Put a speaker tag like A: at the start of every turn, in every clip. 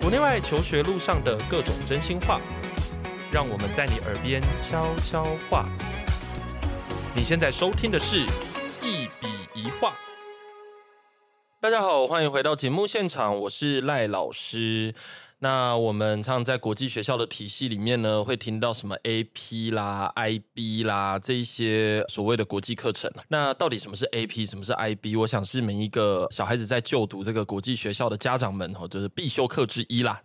A: 国内外求学路上的各种真心话，让我们在你耳边悄悄话。你现在收听的是《一笔一画》。大家好，欢迎回到节目现场，我是赖老师。那我们常常在国际学校的体系里面呢，会听到什么 AP 啦、IB 啦这一些所谓的国际课程。那到底什么是 AP，什么是 IB？我想是每一个小孩子在就读这个国际学校的家长们哦，就是必修课之一啦。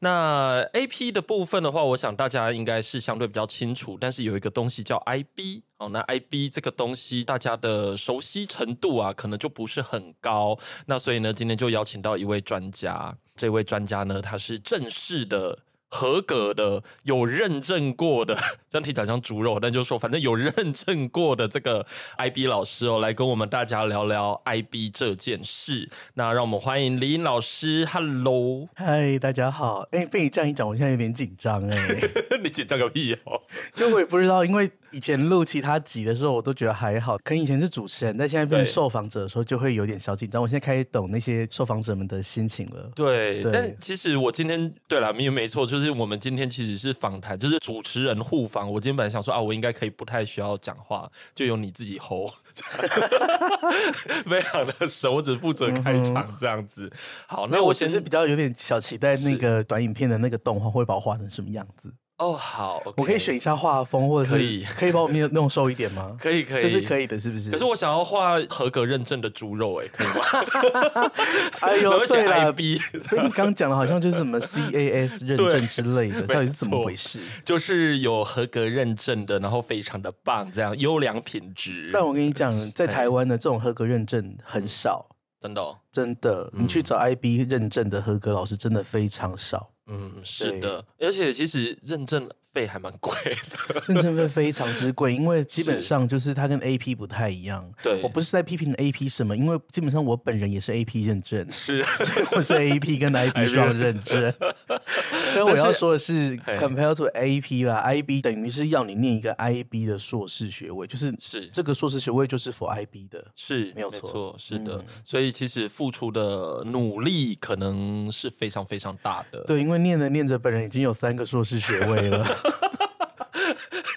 A: 那 AP 的部分的话，我想大家应该是相对比较清楚，但是有一个东西叫 IB 哦，那 IB 这个东西大家的熟悉程度啊，可能就不是很高。那所以呢，今天就邀请到一位专家，这位专家呢，他是正式的。合格的、有认证过的， 这样听起来像猪肉，但就说反正有认证过的这个 IB 老师哦，来跟我们大家聊聊 IB 这件事。那让我们欢迎李颖老师，Hello。
B: 嗨，大家好！哎、被你这样一讲，我现在有点紧张哎，
A: 你紧张个屁哦！
B: 就我也不知道，因为以前录其他集的时候，我都觉得还好，可能以前是主持人，但现在变
A: 对
B: 成受访者的时候，就会有点小紧张。我现在开始懂那些受访者们的心情了。
A: 对，
B: 对
A: 但其实我今天对了，没没错，就是我们今天其实是访谈，就是主持人互访。我今天本来想说啊，我应该可以不太需要讲话，就由你自己 吼，非常的熟，我只负责开场这样子。好，
B: 嗯没
A: 那
B: 有，
A: 我
B: 我只
A: 先
B: 是比较有点小期待
A: 是
B: 那个短影片的那个动画会把我画成什么样子。
A: 哦，好，OK
B: 我可以选一，下画风，或者是
A: 可以
B: 可以把我面弄瘦一点吗？
A: 可以可以，
B: 这是可
A: 以。
B: 以的，是不是？
A: 可是我想要画合格认证的猪肉、欸，哎，可以 吗？
B: 哎
A: 然
B: 呦，
A: 后写
B: 对了，
A: IB，
B: 所以你刚讲的好像就是什么 CAS 认证之类的，
A: 对
B: 到底是 怎
A: 没
B: 么
A: 错
B: 回事？
A: 就是有合格认证的，然后非常的棒，这样优良品质。
B: 但我跟你讲，在台湾的这种合格认证很少，
A: 真的、哦。
B: 真的，你去找 IB 认证的合格老师真的非常 少，
A: 嗯，是的，而且其实认证费还蛮贵的。
B: 认证费非常之贵，因为基本上就是它跟 AP 不太一样。
A: 对
B: 我不是在批评 AP 什么，因为基本上我本人也是 AP 认证，
A: 是，
B: 我 是 AP 跟 IB 双认证。 但我要说的是
A: 嘿
B: ，compare to AP 啦，IB 等于是要你念一个 IB 的硕士学位，就是
A: 是
B: 这个硕士学位就是 for IB 的。
A: 是
B: 没有错
A: 错，嗯是的。所以其实付出的努力可能是非常非常大的，，
B: 对，因为念着念着，本人已经有三个硕士学位 了。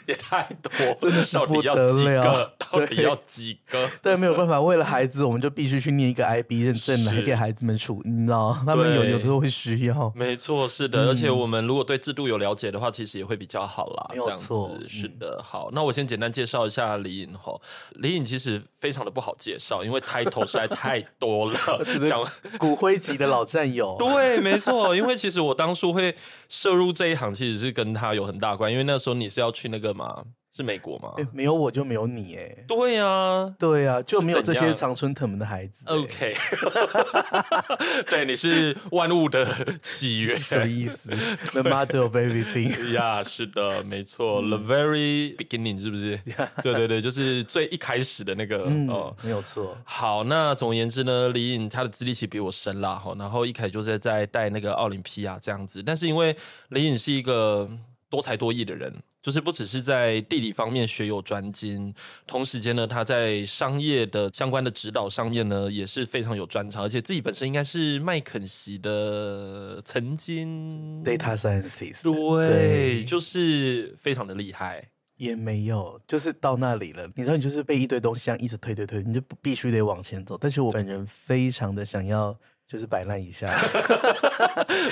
A: 也太 多，
B: 真的是
A: 到底
B: 不
A: 要
B: 得
A: 几个
B: 了？
A: 到底
B: 对
A: 要几个？
B: 但没有办法，为了孩子，我们就必须去念一个 IB 认证来
A: 是
B: 给孩子们处，你知道，他们有
A: 对
B: 有时候会 需要。
A: 没错，是的，而且我们如果对制度有了解的话，其实也会比较好啦。
B: 没有
A: 这样
B: 错
A: 子，是的。好，那我先简单介绍一下李颖吼。李颖其实非常的不好介绍，因为 title 实在太多了， 讲
B: 骨灰级的老战 友，
A: 对，没错，因为其实我当初会涉入这一行，其实是跟他有很大关，因为那时候你是要去那个嘛，是美国嘛？
B: 诶没有我就没有你哎。
A: 对啊。
B: 对啊，就没有
A: 是怎
B: 这
A: 样
B: 些常春藤们的孩子。欸诶
A: OK，对，你是万物的起源
B: 什么意思 ？The mother of everything。
A: 呀是的，没错、t
B: 嗯
A: h e very beginning 是不是对对对，就是最一开始的那个、
B: 嗯
A: 哦，。
B: 没有错。
A: 好，那总而言之呢，李颖她的资历其实比我深啦，哈，然后一开始就是在带那个奥林匹亚这样子，但是因为李颖是一个多才多艺的人，就是不只是在地理方面学有专精，同时间呢，他在商业的相关的指导上面呢也是非常有专长，而且自己本身应该是麦肯锡的曾经
B: Data scientist
A: 对，
B: 对
A: 就是非常的厉害，
B: 也没有，就是到那里了。你知道，你就是被一堆东西这样一直推推推，你就必须得往前走。但是我本人非常的想要，就是摆烂 一下。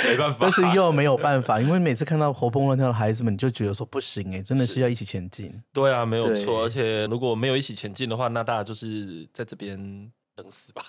A: 没办法，
B: 但是又没有办法，因为每次看到活蹦乱跳的孩子们，你就觉得说不行哎、真的是要一起前进。
A: 对啊，没有
B: 对
A: 错。而且如果没有一起前进的话，那大家就是在这边等死 吧。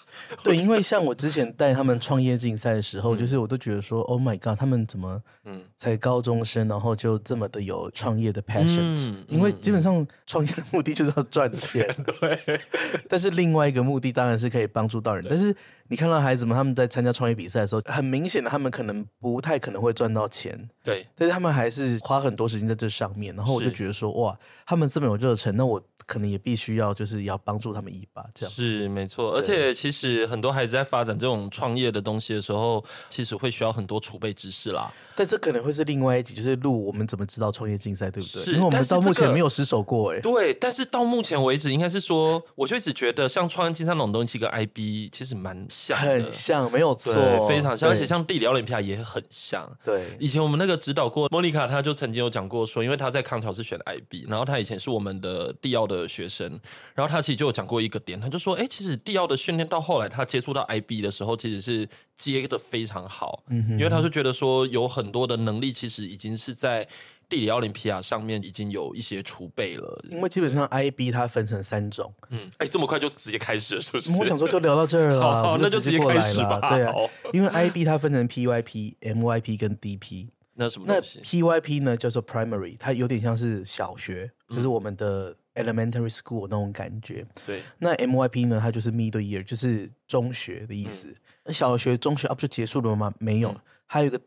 B: 对，因为像我之前带他们创业竞赛的时候，就是我都觉得说，Oh my god，他们怎么
A: 嗯
B: 才高中生，然后就这么的有创业的 passion？、
A: 嗯
B: 因为基本上创业的目的就是要赚钱，
A: 对，
B: 但是另外一个目的当然是可以帮助到人。但是你看到孩子们他们在参加创业比赛的时候，很明显的他们可能不太可能会赚到钱，
A: 对，
B: 但是他们还是花很多时间在这上面，然后我就是觉得说，哇，他们这么有热忱，那我可能也必须要就是要帮助他们一把，这样
A: 是没错。而且其实很多孩子在发展这种创业的东西的时候，其实会需要很多储备知识啦。
B: 但这可能会是另外一集，就是录我们怎么知道创业竞赛，对不对？
A: 是
B: 因为我
A: 但
B: 们
A: 是
B: 到目
A: 这个
B: 前没有失手过、欸，哎，
A: 对，但是到目前为止，应该是说，我就一直觉得像创业竞赛那种东西跟 IB 其实蛮像的，
B: 很像，没有错
A: 对，，非常像，
B: 对
A: 而且像地理奥林匹亚也很像。
B: 对，
A: 以前我们那个指导过莫妮卡，她就曾经有讲过说，因为她在康桥是选 IB，然后她以前是我们的地奥的学生，然后她其实就有讲过一个点，她就说，哎、其实地奥的训练到后来，她接触到 IB 的时候，其实是接的非常好，
B: 嗯哼
A: 因为她就觉得说，有很多的能力其实已经是在地理奥林匹亚上面已经有一些储备了。
B: 因为基本上 IB 它分成三种，
A: 嗯，哎、这么快就直接开始了，是不是？
B: 我想说就聊到这儿 了啦，
A: 好
B: 我们
A: 那就
B: 直
A: 直
B: 接
A: 接
B: 过
A: 开
B: 来
A: 始
B: 啦
A: 吧。
B: 对啊
A: 好，
B: 因为 IB 它分成 PYP、MYP 跟 DP。
A: 那什么
B: 那
A: 东西？
B: PYP 呢叫做 primary，它有点像是小学，就是我们的 elementary school 那种感觉。
A: 对，
B: 那 MYP 呢，它就是 middle year，就是中学的意思。那小学、中学啊，不就结束了吗？没有，
A: 嗯
B: 还有一个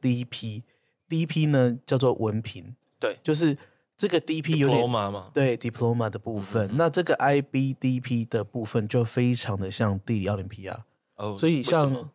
B: DP，DP 呢叫做文凭，
A: 对
B: 就是这个 DP 有点
A: diploma 嘛，
B: 对 diploma 的部分。
A: 嗯
B: 那这个 IBDP 的部分就非常的像地理奥林匹亚，
A: 哦，
B: 所以
A: 为什
B: 像
A: 么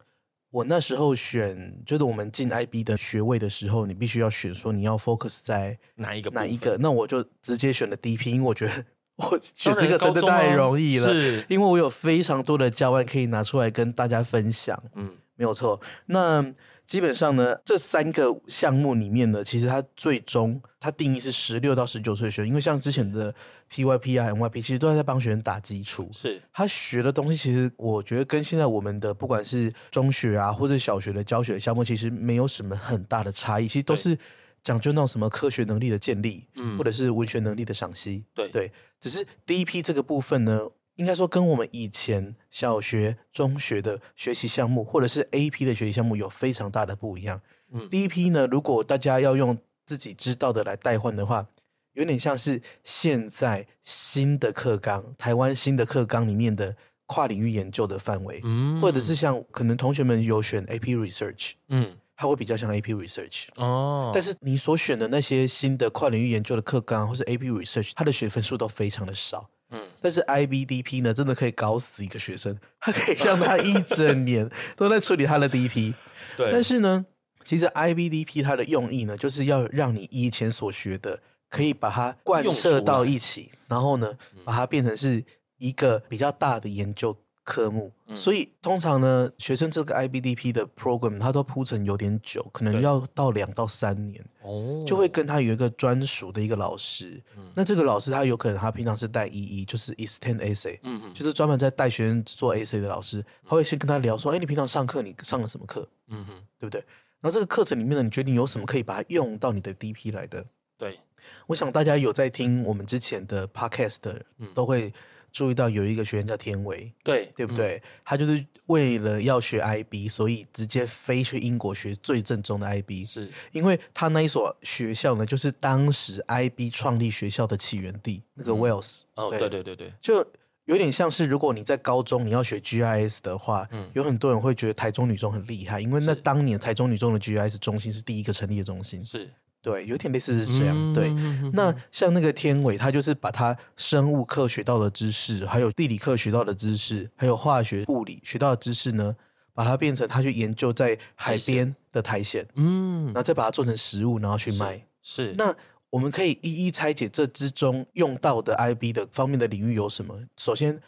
B: 我那时候选，就是我们进 IB 的学位的时候，你必须要选说你要 focus 在
A: 哪一个
B: 哪一
A: 部分？
B: 个，那我就直接选了 DP，因为我觉得 我
A: 当
B: 选这
A: 然
B: 个真的
A: 高中啊
B: 太容易了。
A: 是，
B: 因为我有非常多的教案可以拿出来跟大家分享，
A: 嗯，
B: 没有错。那基本上呢，这三个项目里面呢，其实它最终它定义是十六到十九岁学生，因为像之前的 PYP 啊、MYP，其实都在帮学生打基础。
A: 是
B: 他学的东西，其实我觉得跟现在我们的不管是中学啊或者小学的教学项目，其实没有什么很大的差异，其实都
A: 对
B: 是讲究那种什么科学能力的建立，
A: 嗯
B: 或者是文学能力的赏析。
A: 对
B: 对，只是第一批这个部分呢，应该说跟我们以前小学、中学的学习项目，或者是 A P 的学习项目有非常大的不一样。
A: 嗯
B: 第一批呢，如果大家要用自己知道的来代换的话，有点像是现在新的课纲，台湾新的课纲里面的跨领域研究的范围，
A: 嗯
B: 或者是像可能同学们有选 A P research，
A: 嗯
B: 它会比较像 A P research。
A: 哦，
B: 但是你所选的那些新的跨领域研究的课纲或是 AP research，它的学分数都非常的少。
A: 嗯
B: 但是 IBDP 呢，真的可以搞死一个学生，它可以让他一整年 都在处理他的 DP。
A: 对，
B: 但
A: 是
B: 是呢，其实 IBDP 它的用意呢，就是要让你以前所学的，可以把它贯彻到一起，然后呢，
A: 嗯
B: 把它变成是一个比较大的研究科目。
A: 嗯
B: 所以通常呢，学生这个 IBDP 的 program 它都铺陈有点久，可能
A: 对
B: 要到两到三年。
A: 哦，
B: 就会跟他有一个专属的一个老师。
A: 嗯
B: 那这个老师他有可能他平常是带 E E，就是 Extend Essay，
A: 嗯嗯
B: 就是专门在带学生做 Essay 的老师，他会先跟他聊说，哎，你平常上课你上了什么课，
A: 嗯哼，
B: 对不对？然后这个课程里面呢，你决定有什么可以把它用到你的 DP 来的？
A: 对，
B: 我想大家有在听我们之前的 Podcast，的
A: 嗯
B: 都会注意到有一个学员叫天维，
A: 对
B: 对不
A: 嗯
B: 对？他就是为了要学 IB，所以直接飞去英国学最正宗的 IB。
A: 嗯是
B: 因为他那一所学校呢，就是当时 IB 创立学校的起源地，那个 Wales、
A: 哦，对对对对，
B: 就有点像是如果你在高中你要学 GIS 的话，
A: 嗯
B: 有很多人会觉得台中女中很厉害，因为那当年台中女中的 GIS 中心是第一个成立的中心，
A: 是
B: 对，有点类似是这样，
A: 嗯
B: 对。
A: 嗯嗯
B: 那像那个天伟，他就是把他生物课学到的知识，还有地理课学到的知识，还有化学、物理学到的知识呢，把它变成他去研究在海
A: 苔藓
B: 边的苔藓，
A: 嗯
B: 然后再把它做成食物，然后去卖。
A: 是
B: 那我们可以一一拆解这之中用到的 IB 的方面的领域有什么？首先，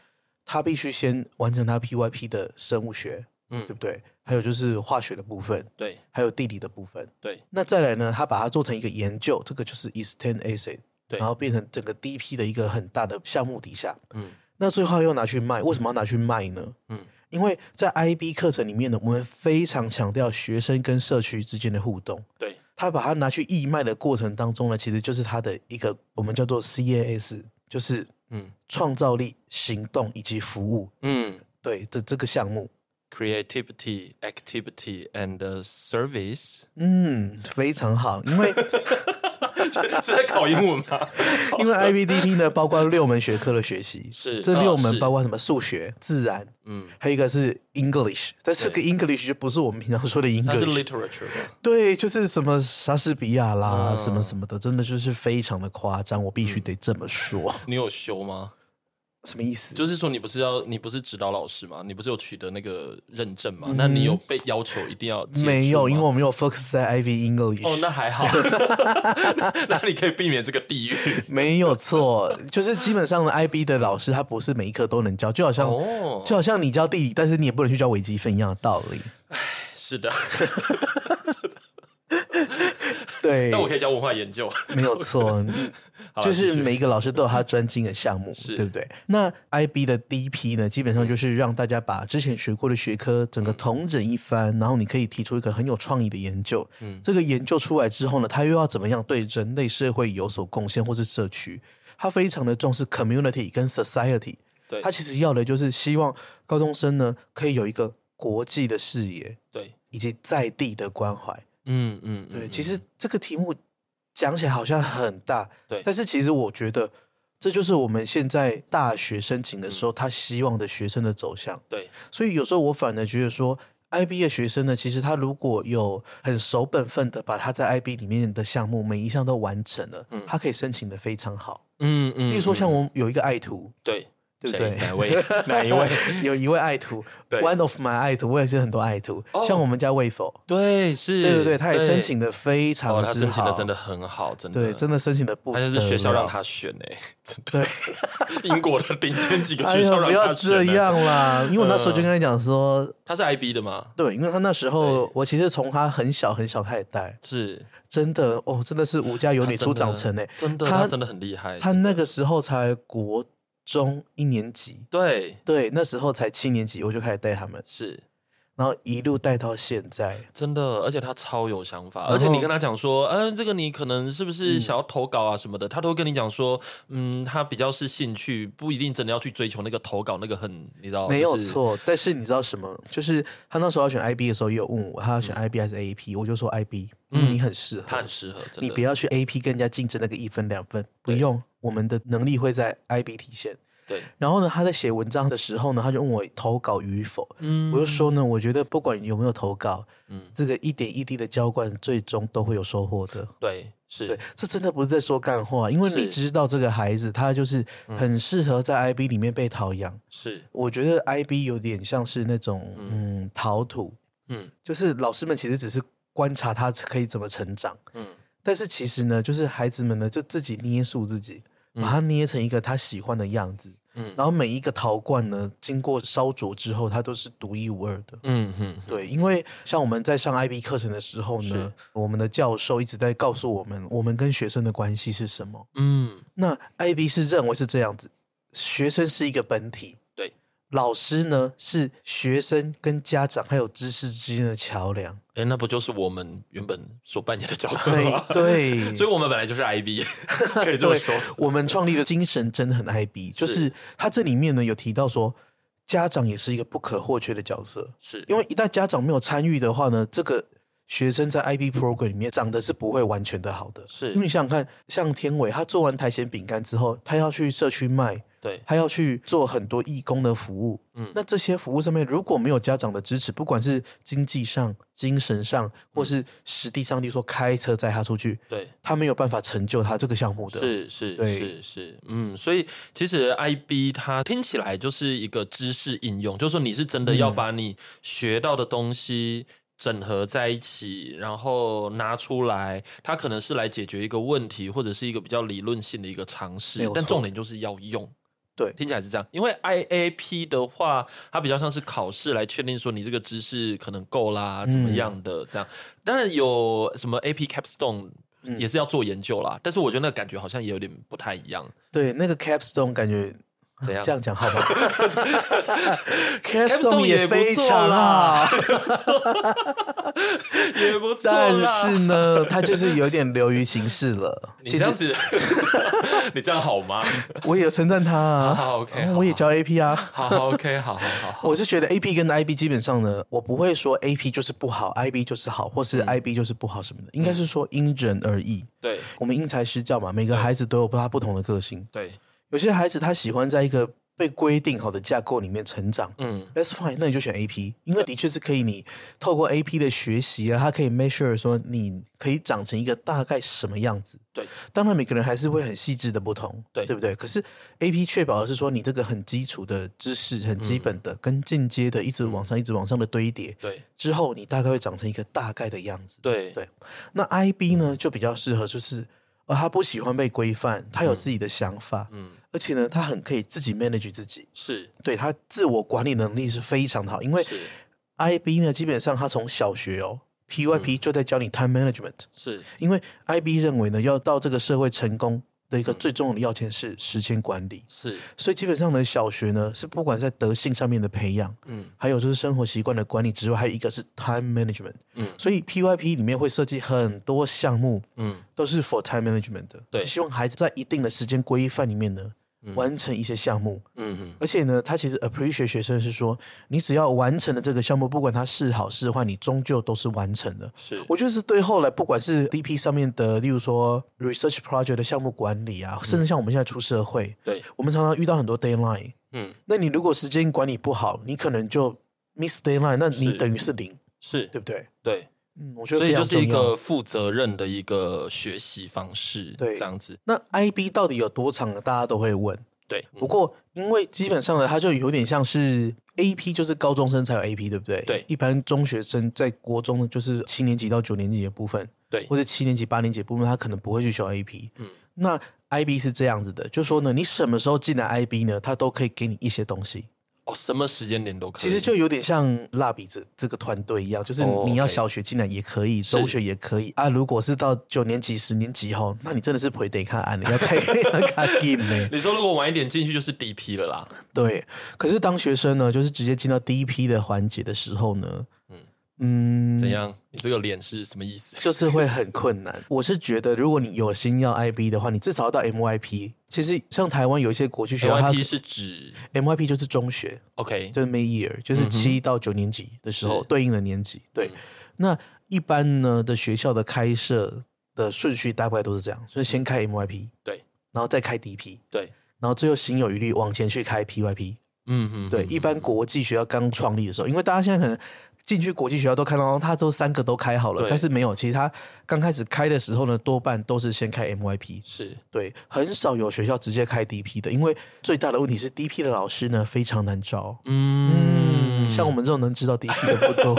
B: 他必须先完成他 PYP 的生物学，
A: 嗯
B: 对不对？还有就是化学的部分，
A: 对
B: 还有地理的部分。
A: 对
B: 那再来呢，他把它做成一个研究，这个就是 Extend Essay，
A: 对
B: 然后变成整个 DP 的一个很大的项目底下。
A: 嗯
B: 那最后又拿去卖，为什么要拿去卖呢？
A: 嗯
B: 因为在 IB 课程里面呢，我们非常强调学生跟社区之间的互动。
A: 对
B: 他把它拿去义卖的过程当中呢，其实就是他的一个我们叫做 CAS，就是
A: 嗯
B: 创造力、行动以及服务，
A: 嗯
B: 对这这个项目，
A: ，creativity activity and uh, service
B: 嗯，非常好，因 为
A: 是在考英文吗？
B: 因为 IBDP 呢，包括六门学科的学习，
A: 是
B: 这六
A: 啊
B: 门
A: 是
B: 包括什么数学、自然，
A: 嗯，
B: 还有一个是 English，这四个 English 就不是我们平常说的
A: 它是
B: English，
A: literature 吧
B: 对，就是什么莎士比亚啦，
A: 嗯
B: 什么什么的，真的就是非常的夸张，我必须得这么说。
A: 你有修吗？
B: 什么意思？
A: 就是说，你不是要你不是指导老师吗？你不是有取得那个认证吗？那你有被要求一定要接触吗
B: 嗯没有，因为我们有 focus 在 IV English。
A: 哦，那还好，那那你可以避免这个地狱
B: 没有错，就是基本 上的 IB 的老师，他不是每一课都能教，就好像、
A: 哦。
B: 就好像你教地理，但是你也不能去教微积分一样的道理。
A: 是的，
B: 对
A: 那，我可以教文化研究，
B: 没有错，
A: 好啦
B: 就是
A: 继续
B: 每一个老师都有他专精的项目，
A: 是
B: 对不对？那 IB 的第一批呢，基本上就是让大家把之前学过的学科整个统整一番，然后你可以提出一个很有创意的研究。
A: 嗯
B: 这个研究出来之后呢，它又要怎么样对人类社会有所贡献，或是社区？它非常的重视 community 跟 society，
A: 对
B: 它其实要的就是希望高中生呢可以有一个国际的视野
A: 对，
B: 以及在地的关怀。
A: 嗯嗯，嗯
B: 对，
A: 嗯
B: 其实这个题目讲起来好像很大，
A: 对
B: 但是其实我觉得这就是我们现在大学申请的时候，他希望的学生的走向。
A: 嗯对
B: 所以有时候我反而觉得说，IB 的学生呢，其实他如果有很守本分的把他在 IB 里面的项目每一项都完成了，他可以申请的非常好。
A: 嗯嗯，
B: 例如说，像
A: 嗯
B: 我有一个爱徒，
A: 对
B: 对
A: 谁
B: 不对
A: 哪位 哪一位？
B: 有一位爱徒
A: 对
B: ，One of my 爱徒，我也是很多爱徒，
A: 哦
B: 像我们家魏否，
A: 对是，
B: 对对对，他也申请的非常
A: 哦，
B: 之好，
A: 他申请的真的很好，真的
B: 对，真的申请的不
A: 呃他
B: 得了，
A: 就是学校让他选哎、
B: 对，
A: 英国的顶尖几个
B: 哎
A: 学
B: 呀
A: 校，让
B: 不
A: 他
B: 要
A: 选、欸
B: 这，样啦，因为我那时候就跟他讲说，
A: 他是 IB 的吗？
B: 对，因为他那时候我其实从他很小很小开始带，
A: 是，
B: 真的哦，真的是吴家有
A: 他
B: 女
A: 啊真
B: 初
A: 的
B: 长成诶、欸
A: 真的，
B: 他
A: 他真的很厉害。
B: 他
A: 真
B: 那
A: 的
B: 个时候才国中一年级，
A: 对
B: 对，那时候才七年级，我就开始带他们，
A: 是
B: 然后一路带到现在，
A: 真的，而且他超有想法，
B: 后嗯
A: 而且你跟他讲说，嗯、这个你可能是不是想要投稿啊什么的，他都会跟你讲说，嗯，他比较是兴趣，不一定真的要去追求那个投稿那个很，你知道
B: 没有，
A: 哦就是
B: 错。但是你知道什么？就是他那时候要选 IB 的时候，也有问我他要选
A: 嗯
B: IB 还是 AP，、我就说 IB，因为你很适合，
A: 他很适合，真的
B: 你不要去 AP 跟人家竞争那个一分两分，不
A: 对
B: 用，我们的能力会在 IB 体现。
A: 对，
B: 然后呢，他在写文章的时候呢，他就问我投稿与否，
A: 嗯
B: 我就说呢，我觉得不管有没有投稿，
A: 嗯
B: 这个一点一滴的浇灌，最终都会有收获的。
A: 对是
B: 对，这真的不是在说干话，因为你
A: 是嗯
B: 知道这个孩子他就是很适合在 IB 里面被陶养。
A: 是，
B: 我觉得 IB 有点像是那种嗯陶土，
A: 嗯
B: 就是老师们其实只是观察他可以怎么成长，
A: 嗯
B: 但是其实呢，就是孩子们呢就自己捏塑自己，把它捏成一个他喜欢的样子。
A: 嗯
B: 然后每一个陶罐呢，经过烧灼之后，它都是独一无二的。
A: 嗯嗯，
B: 对，因为像我们在上 IB 课程的时候呢
A: 是，
B: 我们的教授一直在告诉我们，我们跟学生的关系是什么。
A: 嗯
B: 那 IB 是认为是这样子，学生是一个本体，
A: 对，
B: 老师呢是学生跟家长还有知识之间的 桥梁，
A: 哎、那不就是我们原本所扮演的角色
B: 对
A: 吗？
B: 对，
A: 所以我们本来就是 IB，可以这么说。
B: 我们创立的精神真的很 IB，就是
A: 是
B: 他这里面呢有提到说，家长也是一个不可或缺的角色，
A: 是
B: 因为一旦家长没有参与的话呢，这个学生在 IB program 里面长得是不会完全的好的。
A: 是
B: 因为你想想看，像天伟他做完苔藓饼干之后，他要去社区卖，
A: 对，
B: 他要去做很多义工的服务。
A: 嗯
B: 那这些服务上面如果没有家长的支持，不管是经济上、精神上，或是实地上，例如说开车载他出去，
A: 对，
B: 他没有办法成就他这个项目的。
A: 是是
B: 对
A: 是是，嗯，所以其实 IB 它听起来就是一个知识应用，就是说你是真的
B: 嗯
A: 要把你学到的东西。整合在一起，然后拿出来，它可能是来解决一个问题，或者是一个比较理论性的一个尝
B: 没
A: 试
B: 有，
A: 但
B: 错
A: 重点就是要用。
B: 对
A: 听起来是这样，因为 IAP 的话，它比较像是考试来确定说你这个知识可能够啦，怎么样
B: 嗯
A: 的、这样。当然有什么 AP Capstone
B: 嗯
A: 也是要做研究啦，但是我觉得那个感觉好像也有点不太一样。
B: 对，那个 capstone 感觉
A: 怎样？
B: 这样 讲好吗
A: Capstone 也不
B: 非
A: 错
B: 常
A: 啦
B: 啊，
A: 也不错
B: 但
A: 啦
B: 是呢，他就是有点流于形式了。
A: 你
B: 其
A: 这
B: 实
A: 样子， 你这样好吗？
B: 我也有称赞他啊，
A: 好好，OK，
B: 嗯
A: 好
B: 我也教 AP 啊。
A: 好好，OK，好好好好，
B: 我是觉得 AP 跟 IB 基本上呢，我不会说 AP 就是不好，IB 就是好，或是 IB 就是不好什么的，应该是说因人而异。
A: 嗯对
B: 我们因材施教嘛，每个孩子都有他不同的个性。
A: 对
B: 有些孩子他喜欢在一个被规定好的架构里面成长。
A: 嗯
B: That's fine，那你就选 AP，因为的确是可以，你透过 AP 的学习啊，它可以 measure 说你可以长成一个大概什么样子。
A: 对，
B: 当然每个人还是会很细致的不同，
A: 对
B: 对不对？可是 AP 确保的是说你这个很基础的知识、很
A: 嗯
B: 基本的、跟进阶的，一直往上、一直往上的堆叠
A: 对
B: 之后，你大概会长成一个大概的样子。
A: 对
B: 对那 IB 呢，就比较适合就是。呃，他不喜欢被规范，他有自己的想法，
A: 嗯
B: 而且呢，他很可以自己 manage 自己，
A: 是
B: 对他自我管理能力是非常的好，因为
A: 是
B: IB 呢，基本上他从小学哦，PYP
A: 嗯
B: 就在教你 time management，、
A: 是
B: 因为 IB 认为呢，要到这个社会成功的一
A: 嗯
B: 个最重要的要件是时间管理，
A: 是
B: 所以基本上呢，小学呢是不管在德性上面的培养，
A: 嗯
B: 还有就是生活习惯的管理之外，还有一个是 time management，
A: 嗯
B: 所以 PYP 里面会设计很多项目
A: 嗯
B: 都是 for time management 的，
A: 对
B: 希望孩子在一定的时间规范里面呢。完成一些项目，
A: 嗯嗯
B: 而且呢，他其实 appreciate 学生是说，你只要完成了这个项目，不管它是好是坏，你终究都是完成的。
A: 是
B: 我觉得是对后来不管是 DP 上面的，例如说 research project 的项目管理啊，甚至像我们现在出社会，
A: 嗯对
B: 我们常常遇到很多 deadline。
A: 嗯
B: 那你如果时间管理不好，你可能就 miss deadline，那你
A: 是
B: 等于是零，
A: 是
B: 对不对？
A: 对，
B: 嗯，我觉得
A: 所以
B: 非
A: 就
B: 常
A: 是一
B: 重要
A: 个负责任的一个学习方式，
B: 对
A: 这样子，
B: 那 IB 到底有多长呢？大家都会问。
A: 对，
B: 不过，因为基本上呢，它就有点像是 A P，就是高中生才有 A P，对不对？
A: 对
B: 一般中学生在国中呢，就是七年级到九年级的部分，
A: 对
B: 或者七年级、八年级的部分，他可能不会去修 A P。
A: 嗯
B: 嗯，那 I B 是这样子的，就说呢，你什么时候进来 I B 呢，它都可以给你一些东西。
A: 哦，什么时间点都可以，
B: 其实就有点像蜡笔这这个团队一样，就是
A: 哦
B: 你要
A: OK
B: 小学进来也可以，中学也可以啊。如果是到九年级、十年级后，那你真的是陪得看案，你要开 要开 game 呢。
A: 你说如果晚一点进去就是 DP 了啦，
B: 对，可是当学生呢，就是直接进到第一批的环节的时候呢，嗯
A: 怎样？你这个脸是什么意思？
B: 就是会很困难。我是觉得，如果你有心要 IB 的话，你至少要到 MYP。其实像台湾有一些国际学 校，它
A: YP 是指
B: MYP 就是中学，
A: OK，
B: 就是 mid year，就是七到九年级的时候、
A: 嗯是
B: 对应的年级。对
A: 嗯，
B: 那一般呢的学校的开设的顺序大概都是这样，就是先开 MYP，
A: 对，
B: 然后再开 DP，
A: 对，
B: 然后最后心有余力往前去开 PYP。
A: 嗯嗯，
B: 对，
A: 嗯
B: 一般国际学校刚创立的时候，因为大家现在可能进去国际学校都看到，它都三个都开好了，
A: 对
B: 但是没有，其实它刚开始开的时候呢，多半都是先开 MYP，
A: 是
B: 对，很少有学校直接开 DP 的，因为最大的问题是 DP 的老师呢非常难招。
A: 嗯
B: 嗯，像我们这种能知道 DP 的不 多，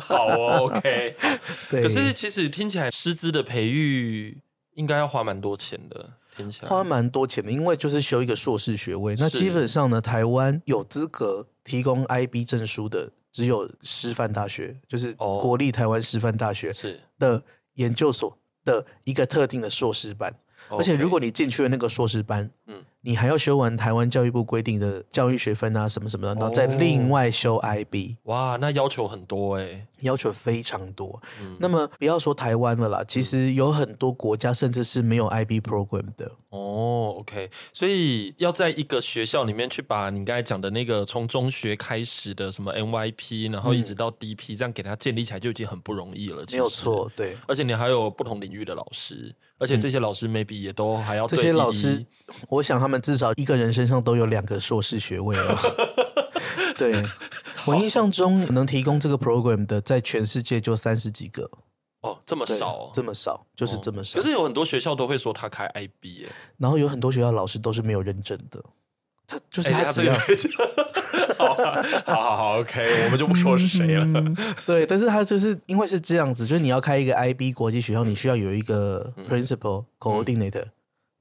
A: 好哦 OK，
B: 嗯 对。
A: 可是其实听起来师资的培育应该要花蛮多钱的，听起来
B: 花蛮多钱的，因为就是修一个硕士学位。那
A: 是
B: 基本上呢，台湾有资格提供 IB 证书的只有师范大学，就是
A: 哦
B: 国立台湾师范大学。
A: 是，
B: 的研究所的一个特定的硕士班，而且如果你进去了那个硕士班，
A: 嗯
B: 嗯，你还要修完台湾教育部规定的教育学分啊，什么什么的，然后再
A: 哦
B: 另外修 IB，、
A: 哇，那要求很多哎，
B: 要求非常多。
A: 嗯
B: 那么不要说台湾了啦，其实有很多国家甚至是没有 IB program 的，
A: 哦，OK，所以要在一个学校里面去把你刚才讲的那个从中学开始的什么 NYP，然后一直到 DP，、这样给它建立起来就已经很不容易了。其
B: 嗯没有
A: 实，哦
B: 错，对。
A: 而且你还有不同领域的老师，而且这些老师 maybe 也都还要
B: 这
A: 对
B: 些
A: 一
B: 老师，我想他们至少一个人身上都有两个硕士学 位哦。对，我印象中能提供这个 program 的，在全世界就三十几个，
A: 哦这么
B: 对
A: 少、哦，
B: 这么少，就是
A: 哦
B: 这么少。
A: 可是有很多学校都会说他开 IB 耶、
B: 然后有很多学校老师都是没有认证的，他就是
A: 哎
B: 他
A: 他这
B: 只
A: 个
B: 要、
A: 好啊好好好，OK，我们就不 说是谁 了。
B: 嗯对，但是他就是因为是这样子，就是你要开一个 IB 国际学
A: 嗯
B: 校，你需要有一个 principal coordinator，、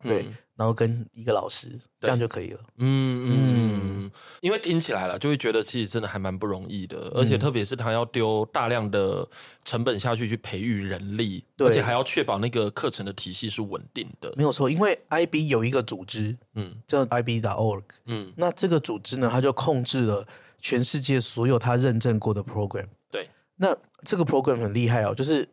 B: 对，然后跟一个老师，这样就可以了。
A: 嗯嗯嗯，因为听起来了，就会觉得其实真的还蛮不容易
B: 嗯
A: 的，而且特别是他要丢大量的成本下去去培育人力，
B: 对
A: 而且还要确保那个课程的体系是稳定的。
B: 没有错，因为 IB 有一个组织
A: 嗯
B: 叫 IB.org，
A: 嗯，
B: 那这个组织呢，它就控制了全世界所有它认证过的 program。
A: 对，嗯
B: 那这个 program 很厉害哦，就是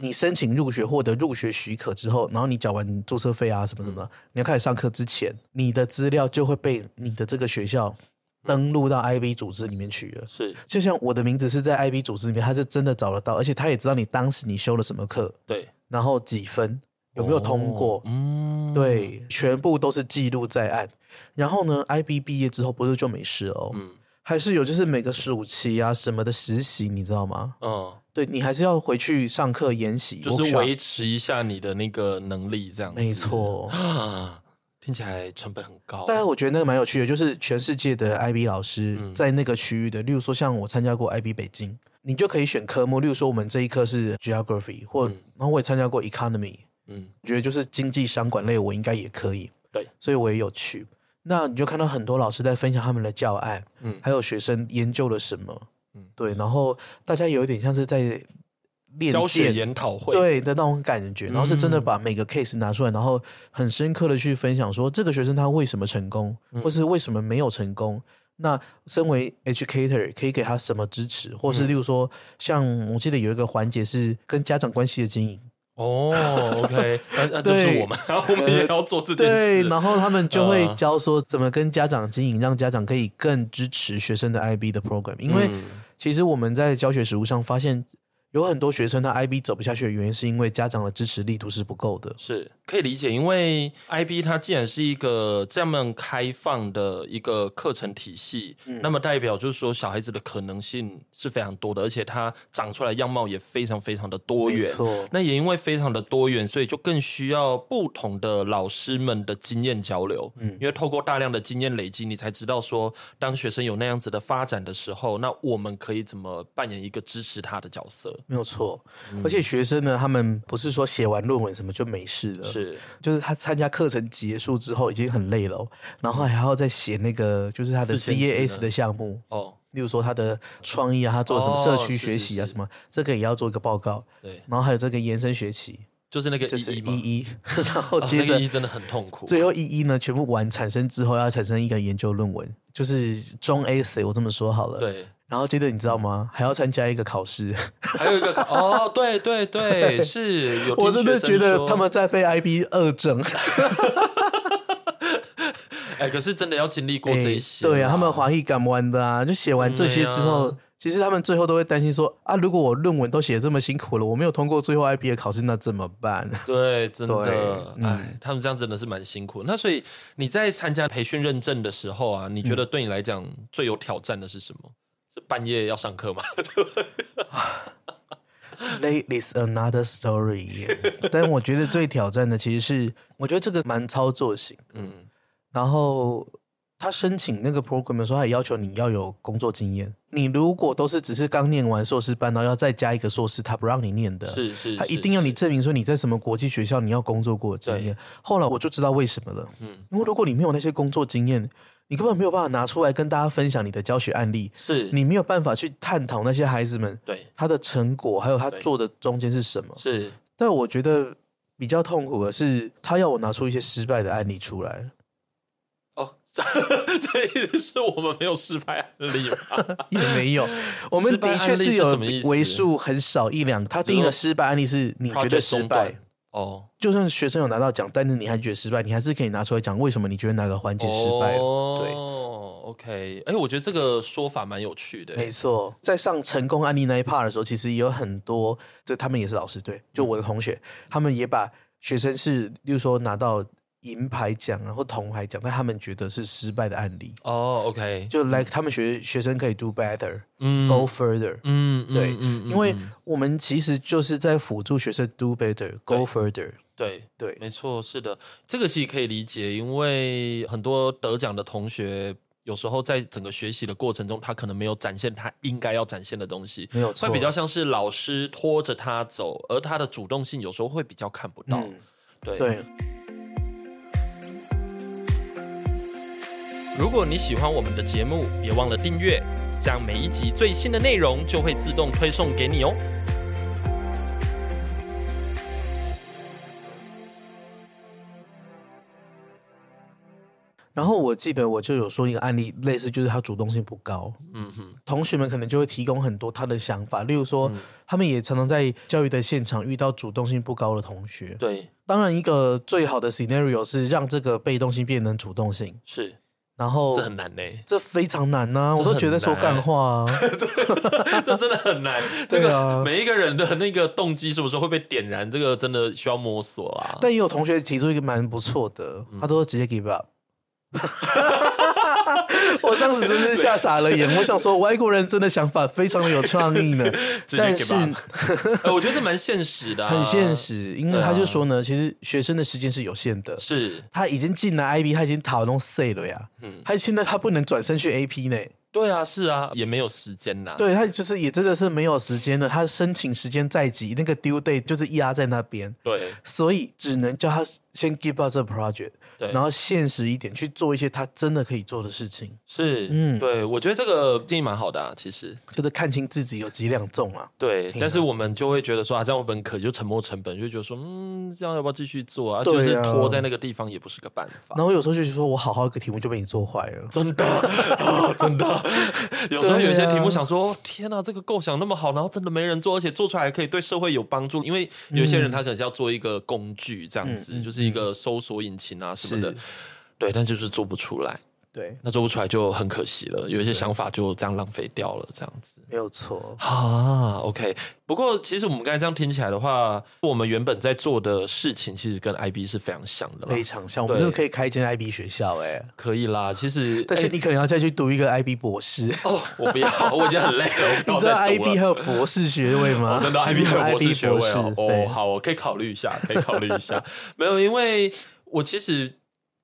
B: 你申请入学获得入学许可之后，然后你缴完注册费啊什么什么，
A: 嗯
B: 你要开始上课之前，你的资料就会被你的这个学校
A: 嗯
B: 登录到 IB 组织里面去了。
A: 是
B: 就像我的名字是在 IB 组织里面，他是真的找得到，而且他也知道你当时你修了什么课，
A: 对，
B: 然后几分，有没有通过，
A: 哦嗯，
B: 对，全部都是记录在案。然后呢，IB 毕业之后不是就没事了哦，
A: 嗯
B: 还是有就是每个暑期啊什么的实习，你知道吗？
A: 嗯，
B: 对你还是要回去上课研习，
A: 就是维
B: 为
A: 持一下你的那个能力，这样子
B: 没。错。
A: 啊，听起来成本很高。
B: 但是我觉得那个蛮有趣的，就是全世界的 IB 老师
A: 嗯
B: 在那个区域的，例如说像我参加过 IB 北京，你就可以选科目，例如说我们这一科是 Geography，或、
A: 嗯
B: 然后我也参加过 Economy，
A: 嗯
B: 我觉得就是经济商管类我应该也可以，
A: 对，
B: 所以我也有去。那你就看到很多老师在分享他们的教案，
A: 嗯
B: 还有学生研究了什么，
A: 嗯
B: 对，然后大家有一点像是在练
A: 教学
B: 剑
A: 研讨会，
B: 对的那种感觉，然后是真的
A: 嗯
B: 把每个 case 拿出来，然后很深刻的去分享说这个学生他为什么成功，
A: 嗯
B: 或是为什么没有成功。那身为 educator 可以给他什么支持，或
A: 嗯
B: 是例如说，像我记得有一个环节是跟家长关系的经营，
A: 哦，OK，那 那就
B: 对呃
A: 是我们， 我们也要做这件
B: 对，
A: 事。
B: 然后他们就会
A: 呃
B: 教说怎么跟家长经营，让家长可以更支持学生的 IB 的 program，因为
A: 嗯
B: 其实我们在教学实务上发现，有很多学生他 IB 走不下去的原因，是因为家长的支持力度是不够的。
A: 是可以理解，因为 IB 它既然是一个这么开放的一个课程体系，
B: 嗯
A: 那么代表就是说小孩子的可能性是非常多的，而且他长出来样貌也非常非常的多元
B: 没。错，
A: 那也因为非常的多元，所以就更需要不同的老师们的经验交流。
B: 嗯
A: 因为透过大量的经验累积，你才知道说，当学生有那样子的发展的时候，那我们可以怎么扮演一个支持他的角色？
B: 没有错。
A: 嗯
B: 而且学生呢，他们不是说写完论文什么就没事了，
A: 是，
B: 就是他参加课程结束之后已经很累了哦，然后还要再写那个就是他的
A: 四千字
B: CAS
A: 呢
B: 的项目。
A: 哦，
B: 例如说他的创意啊，他做什么
A: 哦
B: 社区
A: 是
B: 学
A: 是
B: 习啊，
A: 是
B: 什么这个也要做一个报告，
A: 对，
B: 然后还有这个延伸学习，
A: 就是那个
B: 就是
A: 一一嘛，
B: 一 一，然后
A: 哦
B: 接
A: 那
B: 着
A: 个一真的很痛苦。
B: 最后一一呢，全部完产生之后，要产生一个研究论文，就是中 A C，我这么说好了。。
A: 对，
B: 然后接着你知道吗？还要参加一个考试，
A: 还有一个哦，对对对，是有。
B: 我真的觉得他，们在被 IB 二整。
A: 哎，可是真的要经历过
B: 哎
A: 这一些啦，
B: 对啊，他们华裔敢玩的啊，就写完这些之后，
A: 嗯
B: 其实他们最后都会担心说啊，如果我论文都写得这么辛苦了，我没有通过最后 IB 的考试，那怎么办？
A: 对，真
B: 对
A: 的，
B: 嗯
A: 哎，他们这样真的是蛮辛苦。那所以你在参加培训认证的时候啊，你觉
B: 嗯
A: 得对你来讲最有挑战的是什么？是半夜要上 课吗？
B: Late is another story 。但我觉得最挑战的其实是，我觉得这个蛮操作型。
A: 嗯，
B: 然后他申请那个 program 的时候，他也要求你要有工作经验。你如果都是只是刚念完硕士班，然后要再加一个硕士，他不让你念的。
A: 是是，
B: 他一
A: 是
B: 定要你
A: 是
B: 证明说你在什么国际学校，你要工作过的经验。后来我就知道为什么了。
A: 嗯
B: 因为如果你没有那些工作经验，你根本没有办法拿出来跟大家分享你的教学案例，
A: 是，
B: 你没有办法去探讨那些孩子们
A: 对
B: 他的成果，还有他
A: 对
B: 做的中间是什么。
A: 是，
B: 但我觉得比较痛苦的是，他要我拿出一些失败的案例 出来。
A: 哦， 这这意思是我们没有失败案例 吗？
B: 也没有，我们的
A: 失败
B: 确
A: 案例是
B: 有
A: 什么意思
B: 为数很少一两。他定义的失败案例是你觉
A: Project
B: 得失
A: 中
B: 败
A: 断，哦，
B: 就算学生有拿到奖，但是你还觉得失败，你还是可以拿出来讲为什么你觉得哪个环节失败了。对
A: 哦，OK，哎，我觉得这个说法蛮有趣的。
B: 没错，在上成功案例那一 part 的时候，其实也有很多，就他们也是老师，对，就我的同学，
A: 嗯
B: 他们也把学生是，例如说拿到银牌奖啊或铜牌奖，但他们觉得是失败的案例，
A: 哦，OK，
B: 就 like 他们学学生可以 do better，go
A: 嗯
B: further，
A: 嗯，嗯
B: 对
A: 嗯，
B: 因为
A: 嗯嗯
B: 我们其实就是在辅助学生 do better，go further，
A: 对。
B: 对，
A: 没错，是的，这个其实可以理解，因为很多得奖的同学，有时候在整个学习的过程中，他可能没有展现他应该要展现的东西，
B: 没有错，
A: 会比较像是老师拖着他走，而他的主动性有时候会比较看不到。
B: 嗯，
A: 对，
B: 对，
A: 如果你喜欢我们的节目，别忘了订阅，这样每一集最新的内容就会自动推送给你哦。
B: 然后我记得我就有说一个案例，类似就是他主动性不高，
A: 嗯哼，
B: 同学们可能就会提供很多他的想法，例如说，
A: 嗯
B: 他们也常常在教育的现场遇到主动性不高的同学。
A: 对，
B: 当然，一个最好的 scenario 是让这个被动性变成主动性，
A: 是，
B: 然后
A: 这很难呢、
B: 这非常难呐、
A: 这
B: 我都觉得
A: 很
B: 说
A: 难
B: 干话、啊，
A: 这真的很难。这
B: 对
A: 个、
B: 啊
A: 每一个人的那个动机什么时候会被点燃，这个真的需要摸索啊。 嗯
B: 但也有同学提出一个蛮不错的，他都直接 give up，我当时真是吓傻了眼，我想说外国人真的想法非常的有创意呢，
A: 直接
B: 但
A: 给
B: 是
A: 爸爸。 呃我觉得这蛮现实的啊、
B: 很现实，因为
A: 对啊
B: 他就说呢，其实学生的时间是有限的，
A: 是，
B: 他已经进了 IB，他已经讨弄 C 了呀，
A: 嗯，
B: 他现在他不能转身去 AP 呢，
A: 对啊，是啊，也没有时间啦。
B: 对他就是也真的是没有时间了，他申请时间在即，那个 due date 就是压在那边，
A: 对
B: 所以只能叫他先 give up 这 project，
A: 对，
B: 然后现实一点去做一些他真的可以做的事情，
A: 是，嗯，
B: 嗯
A: 对，我觉得这个建议蛮好的、啊，其实
B: 就是看清自己有几两重啊。
A: 对，
B: 挺
A: 但是
B: 好
A: 我们就会觉得说啊，这样我们可就沉没成本，就觉得说，嗯，这样要不要继续做啊？
B: 对
A: 就是
B: 啊
A: 拖在那个地方也不是个办法。
B: 然后有时候就是说我好好一个题目就被你做坏了，
A: 啊真 的、啊真的，有时候
B: 对啊
A: 有一些题目想说，哦天哪、啊这个构想那么好，然后真的没人做，而且做出来还可以对社会有帮助。因为有些人他可能是要做一个工具，这样子、
B: 嗯嗯
A: 就是一个搜索引擎啊什么的
B: 是，
A: 对，但就是做不出来，
B: 对，
A: 那做不出来就很可惜了，有一些想法就这样浪费掉了，这样子。
B: 没有错，
A: 啊，OK。不过，其实我们刚才这样听起来的话，我们原本在做的事情其实跟 IB 是非常像的啦哎
B: 非。常像，我们
A: 对
B: 真的可以开一间 IB 学校哎、
A: 可以啦，其实
B: 但是
A: 哎
B: 你可能要再去读一个 IB 博士，
A: 哦，我不要，我已经很累了， 我不
B: 你
A: 要
B: 知道
A: 再读
B: IB 还
A: 了。
B: 有博士学位吗？
A: 真的 IB 还有博士
B: IB
A: 嗯学位哦
B: 博士，
A: 哦
B: 对
A: 好，我可以考虑一下， 可以考虑一下。没有，因为我其实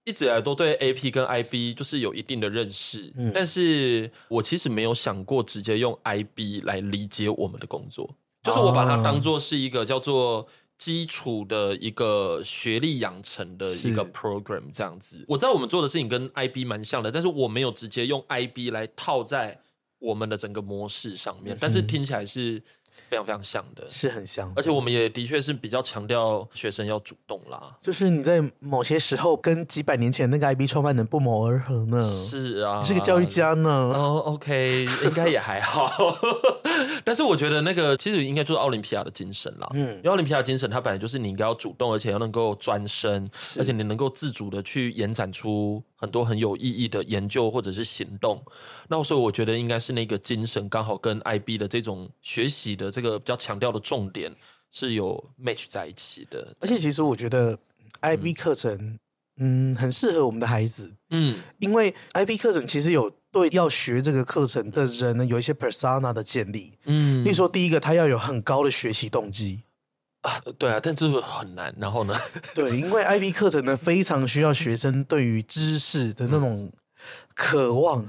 A: 一直以来都对 AP 跟 IB 就是有一定的认识，
B: 嗯
A: 但是我其实没有想过直接用 IB 来理解我们的工作，就是我把它
B: 哦
A: 当做是一个叫做。基础的一个学历养成的一个
B: 是
A: program 这样子，我知道我们做的事情跟 IB 蛮像的，但是我没有直接用 IB 来套在我们的整个模式上
B: 嗯
A: 面，但是听起来是非常非常像的。
B: 是很像的，
A: 而且我们也的确是比较强调学生要主动啦。
B: 就是你在某些时候跟几百年前那个 IB 创办人不谋而合呢，
A: 是啊，
B: 嗯你是个教育。家呢，
A: 哦、o k 应该也还好。 但是我觉得那个其实应该就是奥林匹亚的精神啦。
B: 嗯
A: 因为奥林匹亚精神它本来就是你应该要主动，而且要能够专深，而且你能够自主的去延展出很多很有意义的研究或者是行动。那所以我觉得应该是那个精神刚好跟 IB 的这种学习的这个比较强调的重点是有 match 在一起的。
B: 而且其实我觉得 IB 课程，嗯，很适合我们的孩子，
A: 嗯，
B: 因为 IB 课程其实有对要学这个课程的人呢有一些 persona 的建立，
A: 嗯
B: 例如说第一个他要有很高的学习动机，
A: 啊，对啊，但这个很难。然 后呢，
B: 对，因为 IB 课程呢非常需要学生对于知识的那种渴望，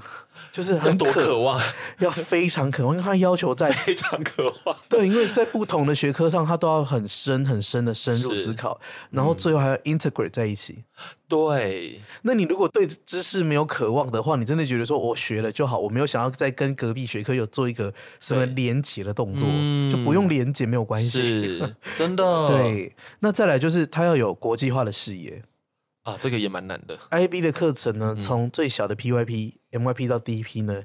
B: 就是
A: 有
B: 很
A: 嗯多渴望，
B: 要非常渴望，因为他要 求在
A: 非常渴望。
B: 对，因为在不同的学科上，他都要很深很深的深入
A: 是嗯
B: 思考，然后最后还要 integrate 在一起。
A: 对，
B: 那你如果对知识没有渴望的话，你真的觉得说我学了就好，我没有想要再跟隔壁学科有做一个什么
A: 对
B: 连结的动作
A: 嗯，
B: 就不用连结没有关系。
A: 是真的。
B: 对，那再来就是他要有国际化的视野。
A: 啊，这个也蛮难的。
B: IB 的课程
A: 嗯
B: 呢，从最小的 PYP、MYP 到 DP 呢，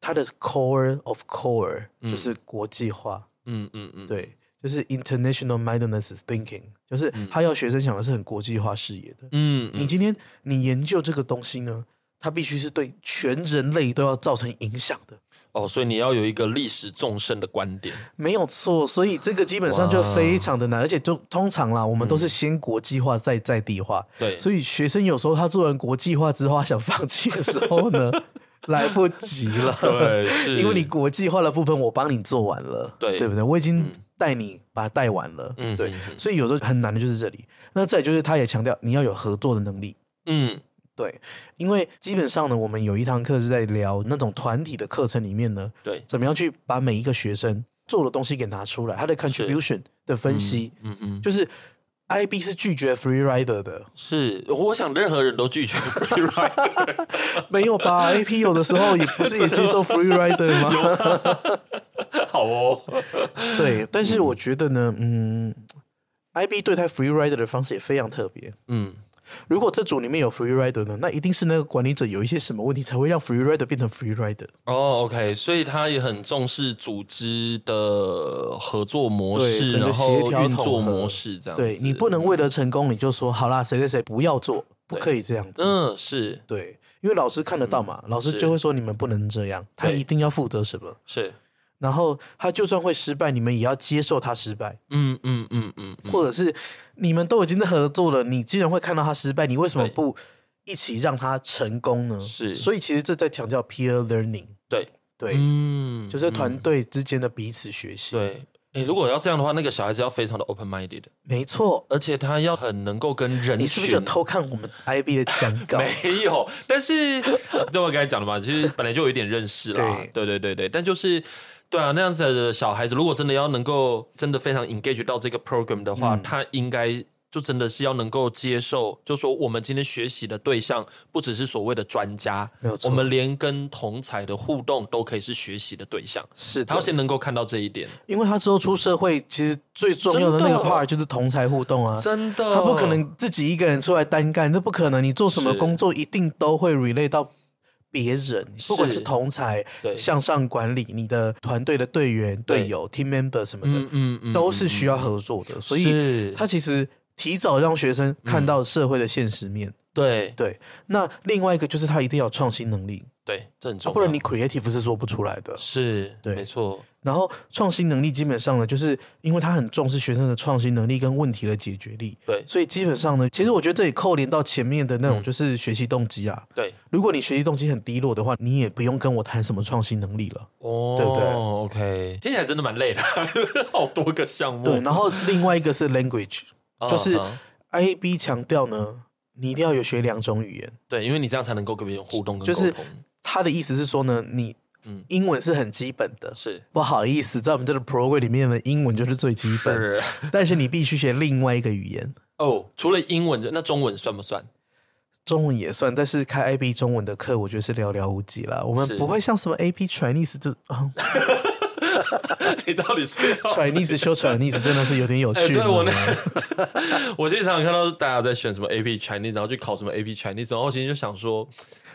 B: 它的 core of core
A: 嗯
B: 就是国际化，
A: 嗯嗯嗯，
B: 对，就是 international mindedness thinking，就是
A: 嗯
B: 他要学生想的是很国际化视野的。
A: 嗯，
B: 你
A: 嗯
B: 今天你研究这个东西呢，它必须是对全人类都要造成影响的，
A: 哦，所以你要有一个历史纵深的观点。
B: 没有错。所以这个基本上就
A: 哇嗯
B: 非常的难，而且就通常啦，我们都是先国际化再在地化，
A: 对，
B: 所以学生有时候他做完国际化之后，他想放弃的时候 呢，来不及了。
A: 对，是
B: 因为你国际化的部分我帮你做完了，
A: 对
B: 对不对？我已经带你把它带完了，
A: 嗯
B: 对
A: 嗯嗯，
B: 所以有时候很难的就是这里。那再来就是他也强调你要有合作的能力，
A: 嗯
B: 对，因为基本上呢，我们有一堂课是在聊那种团体的课程里面呢，
A: 对，
B: 怎么样去把每一个学生做的东西给拿出来，他的 contribution 的分析，
A: 嗯嗯，
B: 就是 IB 是拒绝 free rider 的，
A: 是我想任何人都 拒绝 free ride，
B: 没有吧？AP 有的时候也不是也 接受
A: 啊
B: free rider 吗？
A: 好哦，
B: 对，但是我觉得呢，嗯，IB 对待 free rider 的方式也非常特别。
A: 嗯，
B: 如果这组里面有 free rider 呢，那一定是那个管理者有一些什么问题，才会让 free rider 变成 free rider。
A: 哦，OK，所以他也很重视组织的合作模
B: 对
A: 式，
B: 整个
A: 然后
B: 协调
A: 运作
B: 统合
A: 模式这样子。
B: 对你不能为了成功，你就说好啦，谁谁谁不要做，不
A: 对
B: 可以这样子。
A: 嗯，是
B: 对，因为老师看得到嘛，老师
A: 是
B: 就会说你们不能这样，他
A: 对
B: 一定要负责什么。
A: 是，
B: 然后他就算会失败，你们也要接受他失败，
A: 嗯嗯嗯嗯，嗯
B: 或者是你们都已经在合作了，你既然会看到他失败，你为什么
A: 对
B: 不一起让它成功呢？
A: 是
B: 所以其实这在强调 peer learning，
A: 对
B: 对，
A: 嗯
B: 就是团
A: 嗯
B: 队之间的彼此学习。，
A: 对。诶，如果要这样的话，那个小孩子要非常的 open minded，
B: 没错。
A: 而且他要很能够跟人群。
B: 你是不是有 偷看我们 IB 的讲稿？
A: 没有，但 是对我刚才讲的嘛，其实本来就有一点认识啦。对对对对，但就是对啊，那样子的小孩子，如果真的要能够真的非常 engage 到这个 program 的
B: 嗯
A: 话，他应该。就真的是要能够接受，就说我们今天学习的对象不只是所谓的专家
B: 没有，错
A: 我们连跟同才的互动都可以是学习的对象。
B: 是
A: 他要，
B: 的
A: 先能够看到这一点，
B: 因为他之后出社会，其实最重要的那
A: 真
B: 个
A: 的哦
B: part 就是同才互动啊。
A: 真的，
B: 他不可能自己一个人出来单干，那不可能。你做什么
A: 是
B: 工作，一定都会 relate 到别人，不管是同才、
A: 对
B: 向上管理、你的团队的队员、
A: 对
B: 队友、team member 什么
A: 嗯，嗯
B: 的，
A: 嗯嗯，
B: 都是需要合作的。所以，
A: 是嗯
B: 他其实提早让学生看到社会的现实面。
A: 对
B: 对，那另外一个就是他一定要有创新能力，
A: 对，这很重
B: 啊
A: 要，
B: 不然你 creative 是做不出来的。
A: 是
B: 对
A: 没错，
B: 然后创新能力基本上呢，就是因为他很重视学生的创新能力跟问题的解决力，
A: 对
B: 所以基本上呢，其实我觉得这也扣连到前面的那种就是学习动机啊。
A: 对，
B: 如果你学习动机很低落的话，你也不用跟我谈什么创新能力了。
A: 哦，
B: 对不对
A: ？OK，听起来真的蛮累的， 好多个项目。
B: 对，然后另外一个是 language，
A: 嗯
B: 就是
A: 嗯
B: IAB 强调呢，你一定要有学两种语言。
A: 对，因为你这样才能够跟别人互动跟
B: 就是
A: 沟通
B: 他的意思是说呢，你
A: 嗯
B: 英文是很基本的。
A: 是
B: 不好意思，在我们这个 program 里面呢，英文就是最基本，
A: 是
B: 但是你必须学另外一个语言，
A: 哦，除了英文，那中文算不算？
B: 中文也算。但是开 IB 中文的课，我觉得是寥寥无几啦。我们
A: 是
B: 不会像什么 AP Chinese 这 啊、
A: 你哎到底哦是要
B: Chinese 修 Chinese 真的是有点有
A: 哎
B: 趣呢、
A: 对我呢 我经常看到大家在选什么 AP Chinese，然后去考什么 AP Chinese，然后我心里就想说，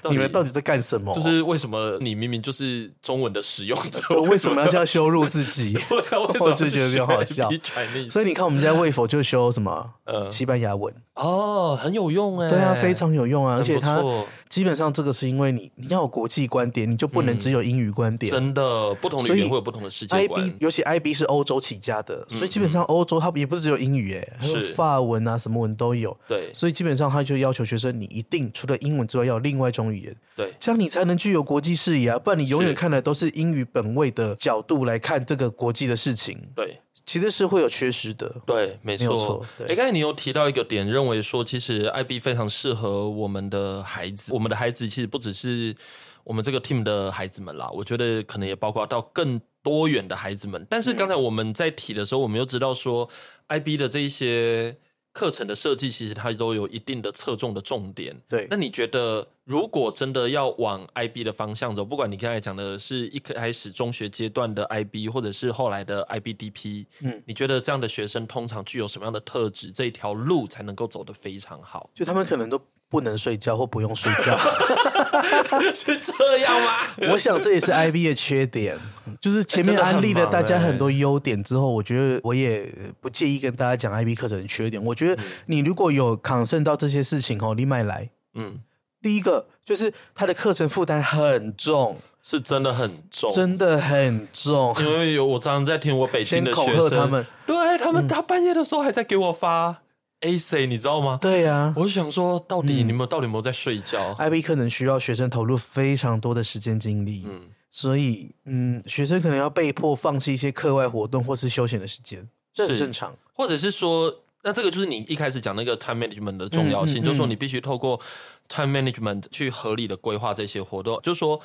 B: 你们到底在干什么？
A: 就是为什么你明明就是中文的使用者，
B: 我为什么要这样羞辱自己？
A: 对啊？为什么
B: 我就觉得比较好笑
A: AP Chinese，
B: 所以你看，我们家卫否就修什么
A: 嗯
B: 西班牙文，
A: 哦，很有用哎，
B: 对啊，非常有用啊。
A: 很
B: 而且
A: 不
B: 它
A: 错
B: 基本上这个是因为你你要有国际观点，你就不能只有英语观
A: 嗯
B: 点。
A: 真的，不同的
B: 所
A: 语
B: 以
A: 言会有不同的世界观
B: IB。尤其 IB 是欧洲起家的，所以基本上欧洲它也不是只有英语，哎，还有
A: 是
B: 法文啊什么文都有。
A: 对
B: 所以基本上他就要求学生，你一定除了英文之外，要有另外一种语言，
A: 对，
B: 这样你才能具有国际视野啊！不然你永远
A: 是
B: 看的都是英语本位的角度来看这个国际的事情，
A: 对
B: 其实是会有缺失的。
A: 对，没
B: 没
A: 错
B: 有错。
A: 哎
B: 对、
A: 刚才你有提到一个点，认为说其实 IB 非常适合我们的孩子，我们的孩子其实不只是我们这个 team 的孩子们啦，我觉得可能也包括到更多元的孩子们。但
B: 嗯
A: 是刚才我们在提的时候，我们又知道说 IB 的这一些课程的设计，其实它都有一定的侧重的重点。
B: 对
A: 那，你觉得，如果真的要往 IB 的方向走，不管你刚才讲的是一开始中学阶段的 IB，或者是后来的 IBDP，嗯
B: 嗯，？
A: 你觉得这样的学生通常具有什么样的特质，这一条路才能够走得非常好
B: 就他们可能都不能睡觉或不用睡觉。
A: 是这样吗？
B: 我想这也是 IB 的缺点，就是前
A: 哎真
B: 面
A: 的很
B: 安利了
A: 忙
B: 大家
A: 哎
B: 很多优点之后，我觉得我也不介意跟大家讲 IB 课程的缺点。我觉得你如果有 concern 到这些事情哦，你买来。
A: 嗯，
B: 第一个就是它的课程负担很重，
A: 是真的很重，
B: 真的很重。
A: 因为有我常常在听我北京的
B: 先恐
A: 学
B: 吓
A: 生，
B: 他们，嗯
A: 对他们，他半夜的时候还在给我发 A C，你知道吗？ 嗯
B: 对啊呀、
A: 我就想说，到底你们到底有没有在睡觉？
B: 啊、，IB 课程需要学生投入非常多的时间精力，
A: 嗯，
B: 所以嗯，学生可能要被迫放弃一些课外活动或是休闲的时间，这很
A: 是
B: 正常。
A: 或者是说，那这个就是你一开始讲那个 time management 的重要性，
B: 嗯嗯
A: 就是说你必须透过 time management 去合理的规划这些活动，就是说。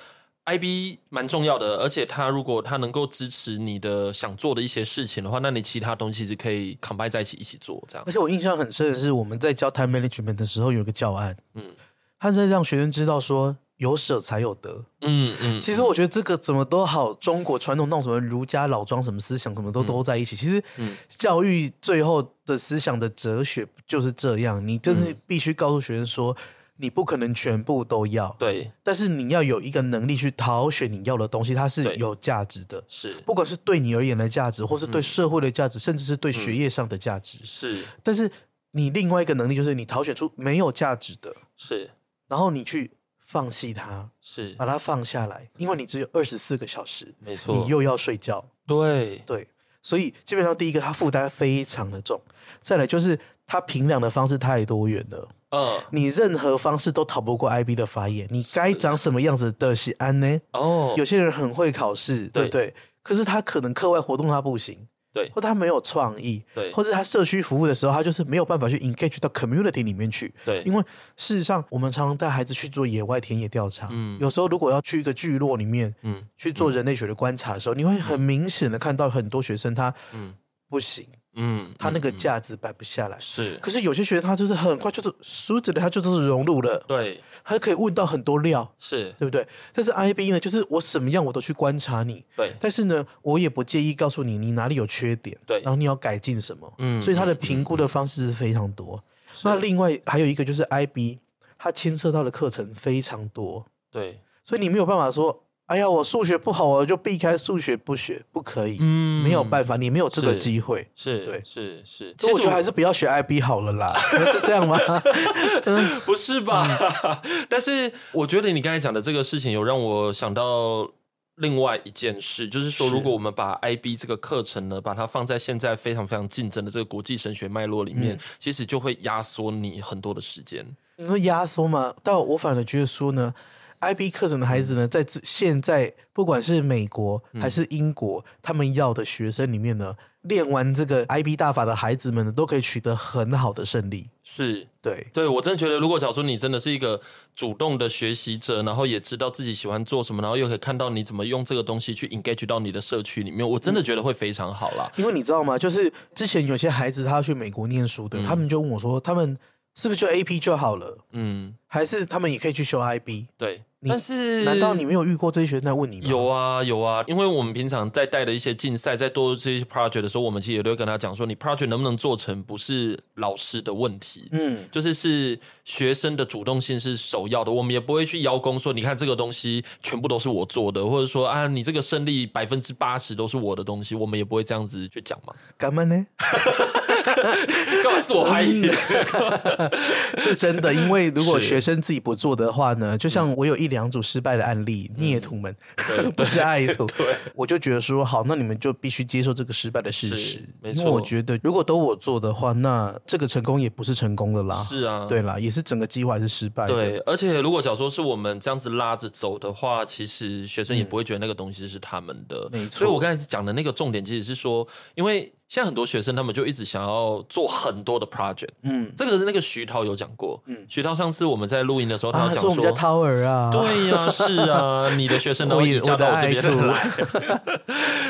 A: IB 蛮重要的，而且它如果它能够支持你的想做的一些事情的话，那你其他东西是可以 combine 在一起一起做，这样
B: 而且我印象很深的是，我们在教 time management 的时候，有一个教案，
A: 嗯
B: 嗯，他在让学生知道说有舍才有得。
A: 嗯嗯，
B: 其实我觉得这个怎么都好，中国传统那种什么儒家老庄什么思想，什么都都在一起。其实
A: 嗯
B: 教育最后的思想的哲学就是这样，你
A: 嗯
B: 就是必须告诉学生说，你不可能全部都要，
A: 对，
B: 但是你要有一个能力去挑选你要的东西，它是
A: 对嗯
B: 有价值的。
A: 是
B: 不管是对你而言的价值，或是对社会的价值，甚至是
A: 嗯
B: 对学业上的价值，
A: 是
B: 但是你另外一个能力就是你挑选出没有价值的，
A: 是
B: 然后你去放弃它，
A: 是，
B: 把它放下来，因为你只有二十四个小时，
A: 没错
B: 你，又要睡觉，
A: 对
B: 对，所以基本上第一个它负担非常的重，再来就是它评量的方式太多元了，
A: 嗯，
B: 你任何方式都逃不过 IB 的法眼。你该长什么样子的西安呢？
A: 哦，
B: 有些人很会考试，对不对？可是他可能课外活动他不行，
A: 对
B: 或他没有创意，
A: 对
B: 或者他社区服务的时候，他就是没有办法去 engage 到 community 里面去。
A: 对
B: 因为事实上，我们常常带孩子去做野外田野调查，
A: 嗯
B: 有时候如果要去一个聚落里面
A: 嗯
B: 去做人类学的观察的时候，你会很明显的看到很多学生他
A: 嗯
B: 不行，
A: 嗯，
B: 他那个
A: 嗯嗯
B: 架子摆不下来。
A: 是，
B: 可是有些学生他就是很快就是梳子的，他就是融入了，
A: 对，
B: 他可以问到很多料，
A: 是，
B: 对不对？但是 IB 呢，就是我什么样我都去观察你，
A: 对，
B: 但是呢，我也不介意告诉你你哪里有缺点，
A: 对
B: 然后你要改进什么。
A: 嗯
B: 所以他的
A: 嗯
B: 评估的方式是非常多。
A: 是
B: 那另外还有一个就是 IB，它牵涉到的课程非常多，
A: 对，
B: 所以你没有办法说，哎呀，我数学不好，我就避开数学不学，不可以，
A: 嗯
B: 没有办法，你没有这个
A: 是
B: 机会。
A: 是，
B: 对
A: 是是，
B: 嗯所以我觉得还是不要学 IB 好了啦， 是这样吗？
A: 不是吧？ 但是我觉得你刚才讲的这个事情，有让我想到另外一件事，就是说，
B: 是
A: 如果我们把 IB 这个课程呢，把它放在现在非常非常竞争的这个国际神学脉络里面，其实就会压缩你很多的时间。
B: 你说压缩嘛？但我反而觉得说呢，IB 课程的孩子呢，在自现在不管是美国还是英国，他们要的学生里面呢，练完这个 IB 大法的孩子们呢，都可以取得很好的胜利。
A: 是，
B: 对，
A: 对我真的觉得，如果假如说你真的是一个主动的学习者，然后也知道自己喜欢做什么，然后又可以看到你怎么用这个东西去 engage 到你的社区里面，我真的觉得会非常好啦。
B: 因为你知道吗？就是之前有些孩子他要去美国念书的，他们就问我说，他们是不是就 AP 就好了，
A: 嗯，
B: 还是他们也可以去修 IB？
A: 对。
B: 你
A: 但是，
B: 难道你没有遇过这些学生在问你吗？
A: 嗯有啊有啊，因为我们平常在带的一些竞赛，在做这些 project 的时候，我们其实也都会跟他讲说，你 project 能不能做成，不是老师的问题。
B: 嗯，
A: 就是是学生的主动性是首要的，我们也不会去邀功说，你看这个东西全部都是我做的，或者说啊，你这个胜利百分之八十都是我的东西，我们也不会这样子去讲 嘛，
B: 干嘛呢？
A: 干嘛自我怀疑？
B: 嗯是真的，因为如果
A: 是
B: 学生自己不做的话
A: 嗯
B: 呢，就像我有一两组失败的案例，孽徒们 不是爱徒，我就觉得说好，那你们就必须接受这个失败的事
A: 是
B: 实。
A: 没
B: 因为
A: 错
B: 我觉得如果都我做的话，那这个成功也不是成功的啦，
A: 是啊，
B: 对啦，也是整个计划是失败的。
A: 对，而且如果假如说是我们这样子拉着走的话，其实学生也不会觉得那个东西是他们的。
B: 嗯没
A: 所以
B: 错
A: 我刚才讲的那个重点其实是说，因为现在很多学生他们就一直想要做很多的 project，
B: 嗯，
A: 这个是那个徐涛有讲过。嗯，徐涛上次我们在录音的时候，他
B: 啊，
A: 有
B: 他
A: 讲
B: 说我们家
A: 说。
B: 涛儿啊，
A: 对呀、是啊， 你的学生都
B: 我
A: 移
B: 也
A: 嫁到我这
B: 我的
A: 边
B: 爱
A: 来。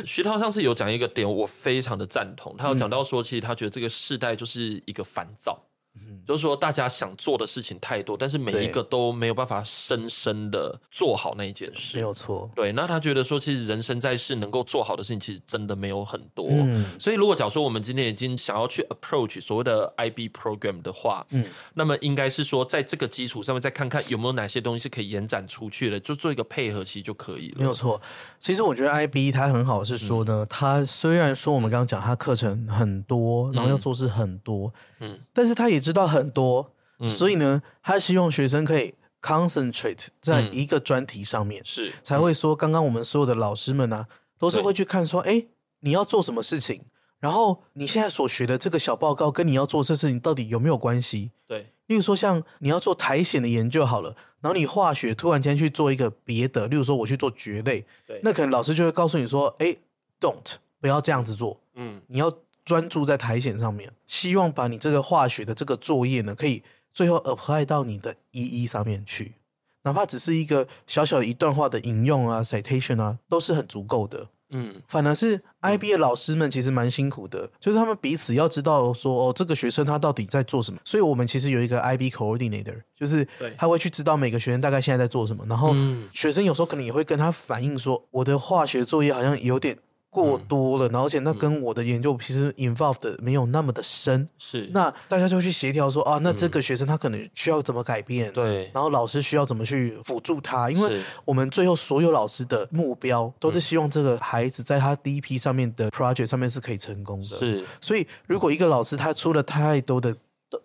A: 徐涛上次有讲一个点，我非常的赞同。他有
B: 嗯
A: 讲到说，其实他觉得这个世代就是一个烦躁，
B: 嗯
A: 就是说大家想做的事情太多，但是每一个都没有办法深深的做好那一件
B: 没
A: 事。
B: 有错。
A: 对，那他觉得说，其实人生在世能够做好的事情，其实真的没有很多。
B: 嗯，
A: 所以，如果假如说我们今天已经想要去 approach 所谓的 IB program 的话，嗯，那么应该是说，在这个基础上面再看看有没有哪些东西是可以延展出去的，就做一个配合，其实就可以
B: 没
A: 了。
B: 有错。其实我觉得 IB 它很好，是说呢，它虽然说我们刚刚讲它课程很多，然后要做事很多，
A: 嗯
B: 嗯，但是他也知道很多，所以呢，他希望学生可以 concentrate 在一个专题上面，
A: 是，
B: 才会说刚刚我们所有的老师们啊，都是
A: 嗯对
B: 会去看说，哎，你要做什么事情，然后你现在所学的这个小报告跟你要做这事情到底有没有关系？
A: 对，
B: 例如说，像你要做苔藓的研究好了，然后你化学突然间去做一个别的，例如说我去做蕨类
A: 对，
B: 那可能老师就会告诉你说：“哎，don't 不要这样子做，
A: 嗯，
B: 你要专注在苔藓上面，希望把你这个化学的这个作业呢，可以最后 apply 到你的一一上面去，哪怕只是一个小小的一段话的引用啊、citation 啊，都是很足够的。”
A: 嗯，
B: 反而是 IB 的老师们其实蛮辛苦的，就是他们彼此要知道说哦，这个学生他到底在做什么。所以我们其实有一个 IB coordinator，就是
A: 对
B: 他会去知道每个学生大概现在在做什么，然后
A: 嗯
B: 学生有时候可能也会跟他反映说，我的化学作业好像有点过
A: 嗯
B: 多了，然后而且那跟我的研究其实 involved 的没有那么的深。
A: 是，
B: 那大家就去协调说啊，那
A: 嗯
B: 这个学生他可能需要怎么改变？
A: 对，
B: 然后老师需要怎么去辅助他，因为
A: 是
B: 我们最后所有老师的目标都是希望这个孩子在他第一批上面的 project 上面是可以成功的。
A: 嗯是，
B: 所以如果一个老师他出了太多的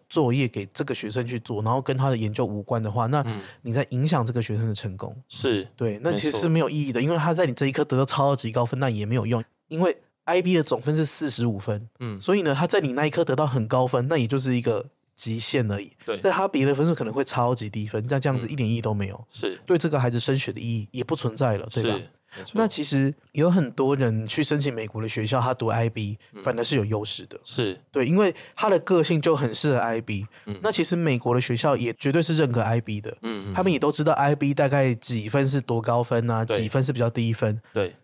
B: 作业给这个学生去做，然后跟他的研究无关的话，那
A: 嗯
B: 你在影响这个学生的成功。
A: 是，
B: 对，那
A: 没
B: 其实
A: 错
B: 是没有意义的，因为他在你这一科得到超级高分，那也没有用，因为 IB 的总分是四十五分，
A: 嗯
B: 所以呢，他在你那一科得到很高分，那也就是一个极限而已。
A: 对
B: 但他别的分数可能会超级低分，那这样子
A: 嗯
B: 一点意义都没有，
A: 是
B: 对这个孩子升学的意义也不存在了，对吧？
A: 是，没错
B: 那其实有很多人去申请美国的学校，他读 IB
A: 嗯
B: 反而是有优势的，
A: 是
B: 对，因为他的个性就很适合 IB、
A: 嗯
B: 那其实美国的学校也绝对是认可 IB 的，
A: 嗯嗯
B: 他们也都知道 IB 大概几分是多高分啊，
A: 对
B: 几分是比较低分。
A: 对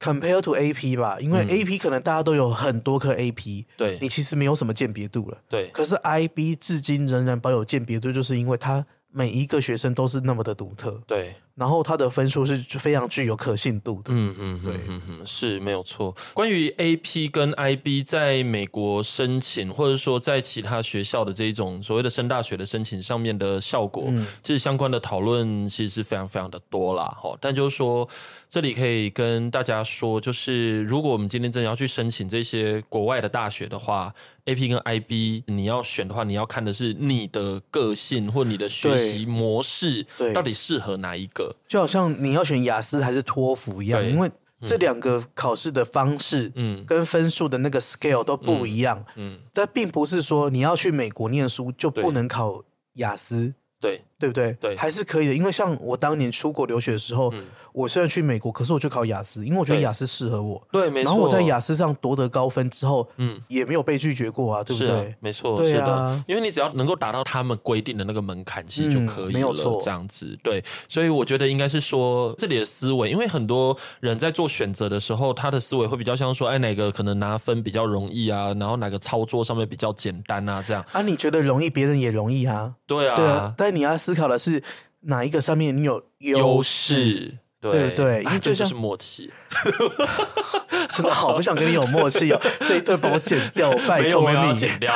B: Compare to AP 吧，因为
A: 嗯
B: AP 可能大家都有很多科 AP，、
A: 对
B: 你其实没有什么鉴别度了。
A: 对
B: 可是 IB 至今仍然保有鉴别度，就是因为它每一个学生都是那么的独特，
A: 对，
B: 然后它的分数是非常具有可信度的。
A: 嗯嗯嗯嗯嗯，是没有错。关于 AP 跟 IB 在美国申请，或者说在其他学校的这一种所谓的升大学的申请上面的效果，
B: 嗯
A: 其实相关的讨论其实是非常非常的多啦。哈，但就是说，这里可以跟大家说，就是如果我们今天真的要去申请这些国外的大学的话，AP 跟 IB 你要选的话，你要看的是你的个性或你的学习模式
B: 对
A: 到底适合哪一个。
B: 就好像你要选雅思还是托福一样，
A: 对
B: 因为这两个考试的方式，
A: 嗯
B: 跟分数的那个 scale 都不一样。
A: 嗯，
B: 但并不是说你要去美国念书就
A: 对
B: 不能考雅思，
A: 对
B: 对不对？
A: 对嗯
B: 还是可以的。因为像我当年出国留学的时候，我虽然去美国，可是我就考雅思，因为我觉得
A: 对
B: 雅思适合我。
A: 对，没错。
B: 然后我在雅思上夺得高分之后，
A: 嗯
B: 嗯，也没有被拒绝过啊，对不
A: 是啊
B: 对？，
A: 没错，
B: 对
A: 是
B: 啊
A: 的，因为你只要能够达到他们规定的那个门槛，其实就
B: 嗯
A: 可以
B: 没有
A: 了，
B: 错
A: 这样子。对，所以我觉得应该是说这里的思维，因为很多人在做选择的时候，他的思维会比较像说，哎，哪个可能拿分比较容易啊，然后哪个操作上面比较简单啊，这样。
B: 啊，你觉得容易，别人也容易啊，
A: 对啊，
B: 对啊。但你要思考的是哪一个上面你有
A: 优
B: 优势，
A: 势。对
B: 对对因
A: 啊
B: 为
A: 这
B: 就
A: 就是
B: 像
A: 默契，
B: 真的好不想跟你有默 契哦，这一段帮我剪掉，拜
A: 没有
B: 托啊
A: 没有要
B: 你。
A: 剪掉，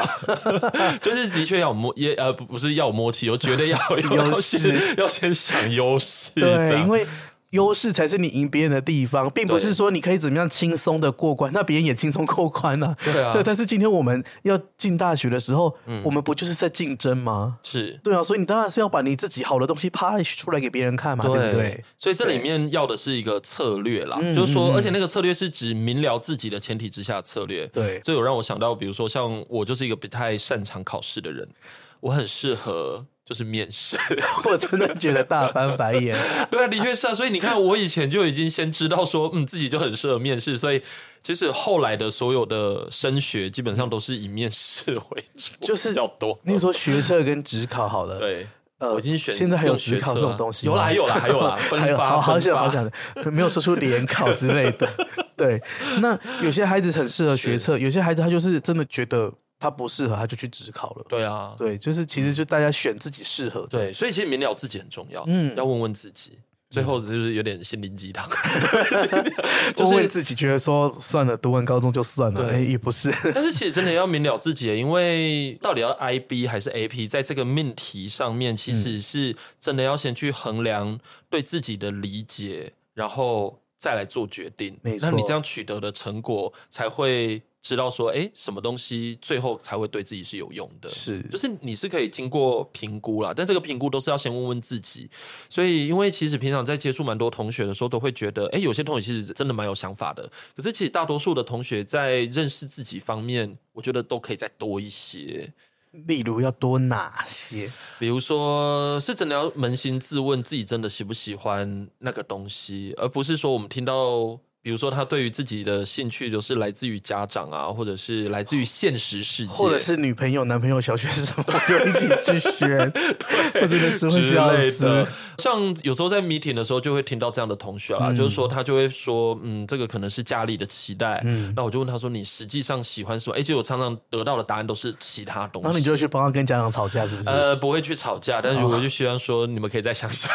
A: 就是的确要有默也呃不不是要有默契，我觉得 要有
B: 优
A: 要先
B: 势
A: 要先想优势，这
B: 对，
A: 样
B: 因为优势才是你赢别人的地方，并不
A: 对
B: 是说你可以怎么样轻松的过关，那别人也轻松过关啊。
A: 对啊嗯
B: 对，但是今天我们要进大学的时候，我们不就是在竞争吗？
A: 是
B: 对啊，所以你当然是要把你自己好的东西 polish 出来给别人看嘛，对不对？
A: 所以这里面要的是一个策略啦，就是说，
B: 嗯嗯
A: 而且那个策略是指明了自己的前提之下的策略。
B: 对
A: 这有让我想到，比如说像我就是一个不太擅长考试的人，我很适合就是面试。
B: 我真的觉得大翻白眼。
A: 对啊，的确是啊。所以你看，我以前就已经先知道说，嗯，自己就很适合面试，所以其实后来的所有的升学基本上都是以面试为主，
B: 就是
A: 比较多。
B: 例如说学测跟职考好了，
A: 对，
B: 呃
A: 我已经选
B: 现在还有
A: 用学
B: 职考
A: 测
B: 这种
A: 啊
B: 东西
A: 有啦
B: 吗
A: 有啦还有啦，分
B: 还有
A: 发
B: 好好
A: 分
B: 想
A: 发
B: 好想，没有说出联考之类 的。对，那有些孩子很适合学
A: 是
B: 测，有些孩子他就是真的觉得他不适合，他就去职考了。
A: 对啊，
B: 对，就是其实就大家选自己适合的。
A: 对，所以其实明了自己很重要，嗯
B: 嗯，
A: 要问问自己。最后就是有点心灵鸡 汤，就
B: 就是是自己觉得说算了，读完高中就算了，
A: 对
B: 哎，也不是。
A: 但是其实真的要明了自己，因为到底要 IB 还是 AP，在这个命题上面，其
B: 嗯
A: 实是真的要先去衡量对自己的理解，然后再来做决定。
B: 没
A: 那你
B: 错
A: 这样取得的成果才会知道说，哎，什么东西最后才会对自己是有用的。
B: 是
A: 就是你是可以经过评估啦，但这个评估都是要先问问自己。所以，因为其实平常在接触蛮多同学的时候，都会觉得，哎、有些同学其实真的蛮有想法的。可是，其实大多数的同学在认识自己方面，我觉得都可以再多一些。
B: 例如要多哪些？
A: 比如说，是真的要扪心自问，自己真的喜不喜欢那个东西，而不是说我们听到。比如说，他对于自己的兴趣都是来自于家长啊，或者是来自于现实世界，
B: 或者是女朋友、男朋友、小学生，我就一起 去选，我真的是会
A: 之
B: 笑
A: 类的
B: 死。。
A: 像有时候在 meeting 的时候，就会听到这样的同学
B: 嗯
A: 啦，就是说他就会说，嗯，这个可能是家里的期待。
B: 嗯
A: 那我就问他说，你实际上喜欢什么？哎、结果常常得到的答案都是其他东西。
B: 然后你就会去帮他跟家长吵架，是不是？
A: 呃，不会去吵架，但是我就希望说，你们可以再想想。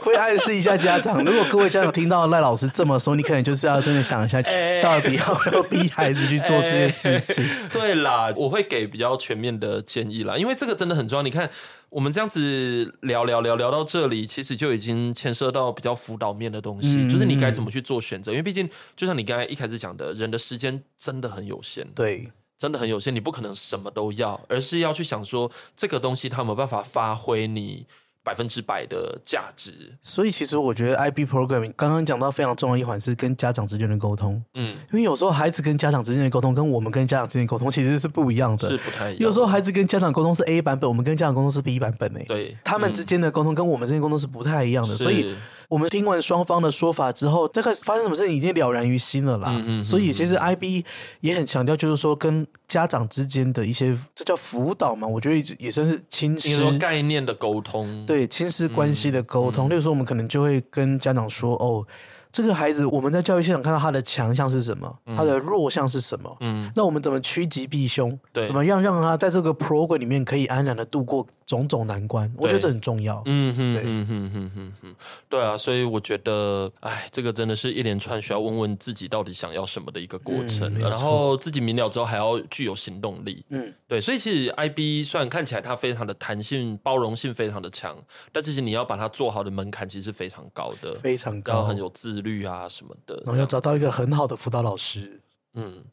B: 会暗示一下家长，如果各位家长听到赖老师这么说，你可能就是要真的想一下
A: 哎，
B: 到底要不要逼孩子去做这件事情。
A: 对啦，我会给比较全面的建议啦，因为这个真的很重要。你看，我们这样子聊聊聊聊到这里，其实就已经牵涉到比较辅导面的东西，
B: 嗯
A: 就是你该怎么去做选择。因为毕竟，就像你刚才一开始讲的，人的时间真的很有限，
B: 对，
A: 真的很有限，你不可能什么都要，而是要去想说这个东西它有没有办法发挥你百分之百的价值。
B: 所以其实我觉得 IB programming 刚刚讲到非常重要一环是跟家长之间的沟通，
A: 嗯，
B: 因为有时候孩子跟家长之间的沟通跟我们跟家长之间的沟通其实是不一样的。
A: 是不太一样。
B: 有时候孩子跟家长沟通是 A 版本，我们跟家长沟通是 B 版本诶、欸
A: 对
B: 他们
A: 嗯
B: 之间的沟通跟我们之间的沟通是不太一样的，所以
A: 是
B: 我们听完双方的说法之后，大概发生什么事情已经了然于心了啦。
A: 嗯嗯嗯
B: 所以其实 IB 也很强调，就是说跟家长之间的一些，这叫辅导嘛，我觉得也算是亲
A: 应
B: 师
A: 该。说概念的沟通，，
B: 对亲师关系的沟
A: 嗯
B: 通，例如说，我们可能就会跟家长说：“哦，这个孩子，我们在教育现场看到他的强项是什么，他的弱项是什么。
A: 嗯，
B: 那我们怎么趋吉避凶？
A: 对
B: 怎么样让他在这个 program 里面可以安然的度过种种难关？我觉得
A: 对
B: 这很重要。
A: 嗯哼
B: 对
A: 哼哼哼哼哼，对啊，所以我觉得，哎，这个真的是一连串需要问问自己到底想要什么的一个过程，呃
B: 嗯没有错
A: 然后自己明了之后还要具有行动力。
B: 嗯，
A: 对，所以其实 IB 虽然看起来它非常的弹性、包容性非常的强，但其实你要把它做好的门槛其实是非常高的，
B: 非常
A: 要
B: 高，
A: 很有自律啊什么的。
B: 然
A: 这
B: 后要
A: 样
B: 找到一个很好的辅导老师。
A: 嗯，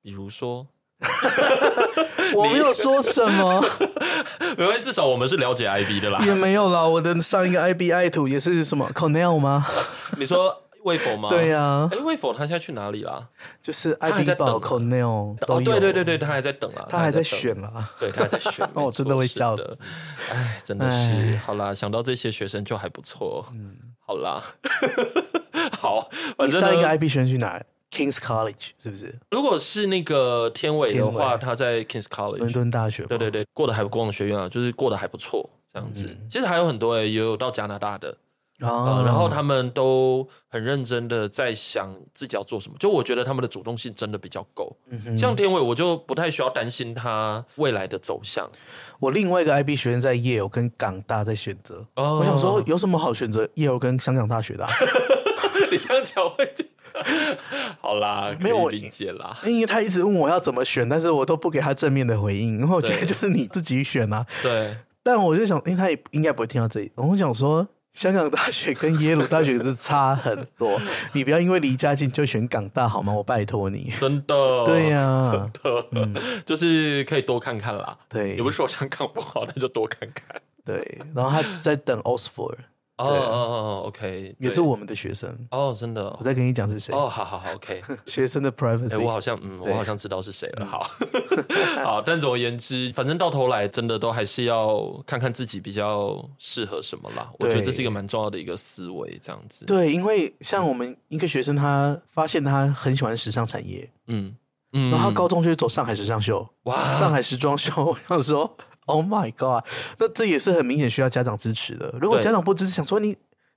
A: 比如说，
B: 我没有说什么，
A: 没关系，至少我们是了解 IB 的啦。
B: 也没有啦。我的上一个 IBI 图也是什么 Cornell 吗？
A: 你说魏否吗？
B: 对、呀、
A: 哎，魏否他现在去哪里啦？
B: 就是
A: 还在等
B: IB 宝
A: 啊
B: Cornell 都
A: 哦，
B: 有。
A: 对对对对，他还在等啊，
B: 他还在
A: 等
B: 选啦。
A: 对，他还在
B: 。
A: 选
B: 那我哦真的会笑
A: 的。哎，真的是，好啦，想到这些学生就还不错。嗯，好啦， 好，反
B: 你
A: 正
B: 上一个
A: 呢
B: IB 选去哪？Kings College 是不是？
A: 如果是那个天伟的
B: 天
A: 话，
B: 伟
A: 他在 Kings
B: 伦
A: College，
B: 敦大学吗？
A: 对对对，过得还不光荣学院啊，就是过得还不错。这样子，
B: 嗯
A: 其实还有很多欸诶、也有到加拿大的，
B: 啊、
A: 呃，然后他们都很认真的在想自己要做什么。就我觉得他们的主动性真的比较够，
B: 嗯
A: 像天伟，我就不太需要担心他未来的走向。
B: 我另外一个 IB 学院在耶鲁跟港大在选择。
A: 哦
B: 我想说，有什么好选择耶鲁跟香港大学 的啊、
A: 你这样讲会，好啦，
B: 没有
A: 可以
B: 我
A: 理解啦。
B: 因为他一直问我要怎么选，但是我都不给他正面的回应，因为我觉得
A: 对
B: 就是你自己选啊。
A: 对，
B: 但我就想，因为他也应该不会听到这里。我想说，香港大学跟耶鲁大学是差很多，你不要因为离家近就选港大好吗？我拜托你。
A: 真的，
B: 对呀、
A: 的，嗯就是可以多看看啦。
B: 对
A: 也不是说香港不好，那就多看看。
B: 对。然后他在等 Oxford，
A: 哦哦哦，OK，
B: 也
A: 对
B: 是我们的学生。
A: 哦，真的哦
B: 我，再跟你讲是谁。
A: 哦，好好好，OK。
B: 学生的
A: 哎、
B: privacy，、
A: 我好像，嗯，我好像知道是谁了。好， 好，但总而言之，反正到头来，真的都还是要看看自己比较适合什么啦。我觉得
B: 对
A: 这是一个蛮重要的一个思维，这样子。，
B: 对，因为像我们一个学生，他发现他很喜欢时尚产业，
A: 嗯嗯，
B: 然后他高中就是走上海时尚秀，
A: 哇
B: 上海时装秀， 我想说，Oh my god，那这也是很明显需要家长支持的。如果
A: 对
B: 家长不支持，想说你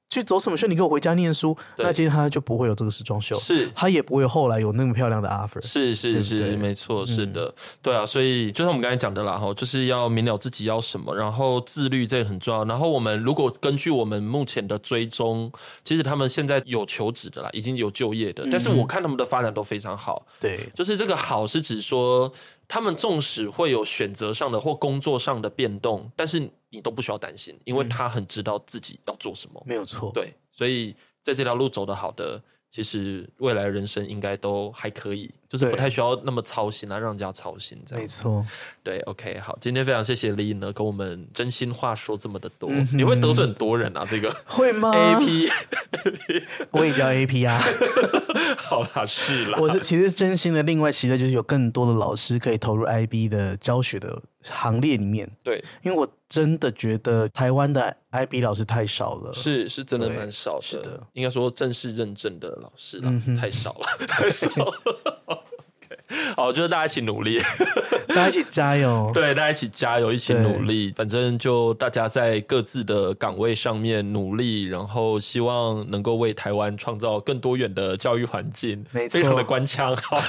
B: 去走什么秀，你给我回家念书，
A: 对
B: 那今天他就不会有这个时装秀，
A: 是
B: 他也不会有后来有那么漂亮的 offer。
A: 是
B: 对
A: 是
B: 不
A: 是，
B: 对嗯
A: 没错，是的，对啊，所以就像我们刚才讲的啦，哈，就是要明了自己要什么，然后自律这个很重要。然后我们如果根据我们目前的追踪，其实他们现在有求职的啦，已经有就业
B: 嗯
A: 的，但是我看他们的发展都非常好，
B: 对，
A: 就是这个好是指说，他们纵使会有选择上的或工作上的变动，但是你都不需要担心，因为
B: 嗯
A: 他很知道自己要做什么。
B: 没有错。
A: 对，所以在这条路走得好的，其实未来人生应该都还可以，就是不
B: 对
A: 太需要那么操心啊，让人家操心这
B: 没
A: 样子。
B: 错，
A: 对，OK，好，今天非常谢谢李呢，跟我们真心话说这么的多，
B: 嗯
A: 你会得罪很多人啊，这个。
B: 会吗
A: A P，
B: 我也叫 A P 啊。
A: 好啦，是啦，
B: 我是其实真心的，另外期待就是有更多的老师可以投入 IB 的教学的行列里面，
A: 对，
B: 因为我真的觉得台湾的 IB 老师太少了。
A: 是是真的
B: 对
A: 蛮少的，
B: 是的嗯
A: 应该说正式认证的老师啦，太少了，太少了。OK，好，就是大家一起努力。
B: 大家一起加油！
A: 对，大家一起加油，一起努力。反正就大家在各自的岗位上面努力，然后希望能够为台湾创造更多元的教育环境。
B: 没错
A: 非常的官腔。好，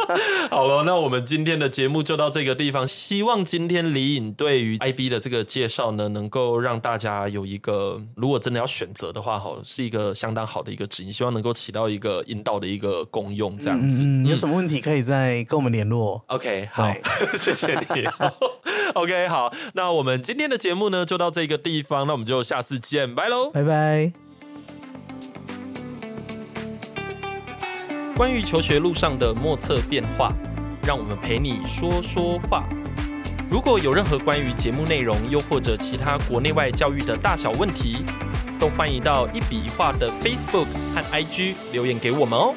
A: 好了，那我们今天的节目就到这个地方。希望今天李颖对于 IB 的这个介绍呢，能够让大家有一个，如果真的要选择的话，哈，是一个相当好的一个指引，希望能够起到一个引导的一个功用，这样子。
B: 嗯，有什么问题可以再跟我们联络。
A: OK，好， 谢谢你。 好 OK，好，那我们今天的节目呢就到这个地方，那我们就下次见，拜喽。
B: 拜拜。
A: 关于求学路上的莫测变化，让我们陪你说说话。如果有任何关于节目内容，又或者其他国内外教育的大小问题，都欢迎到一笔一画的 Facebook 和 IG 留言给我们哦。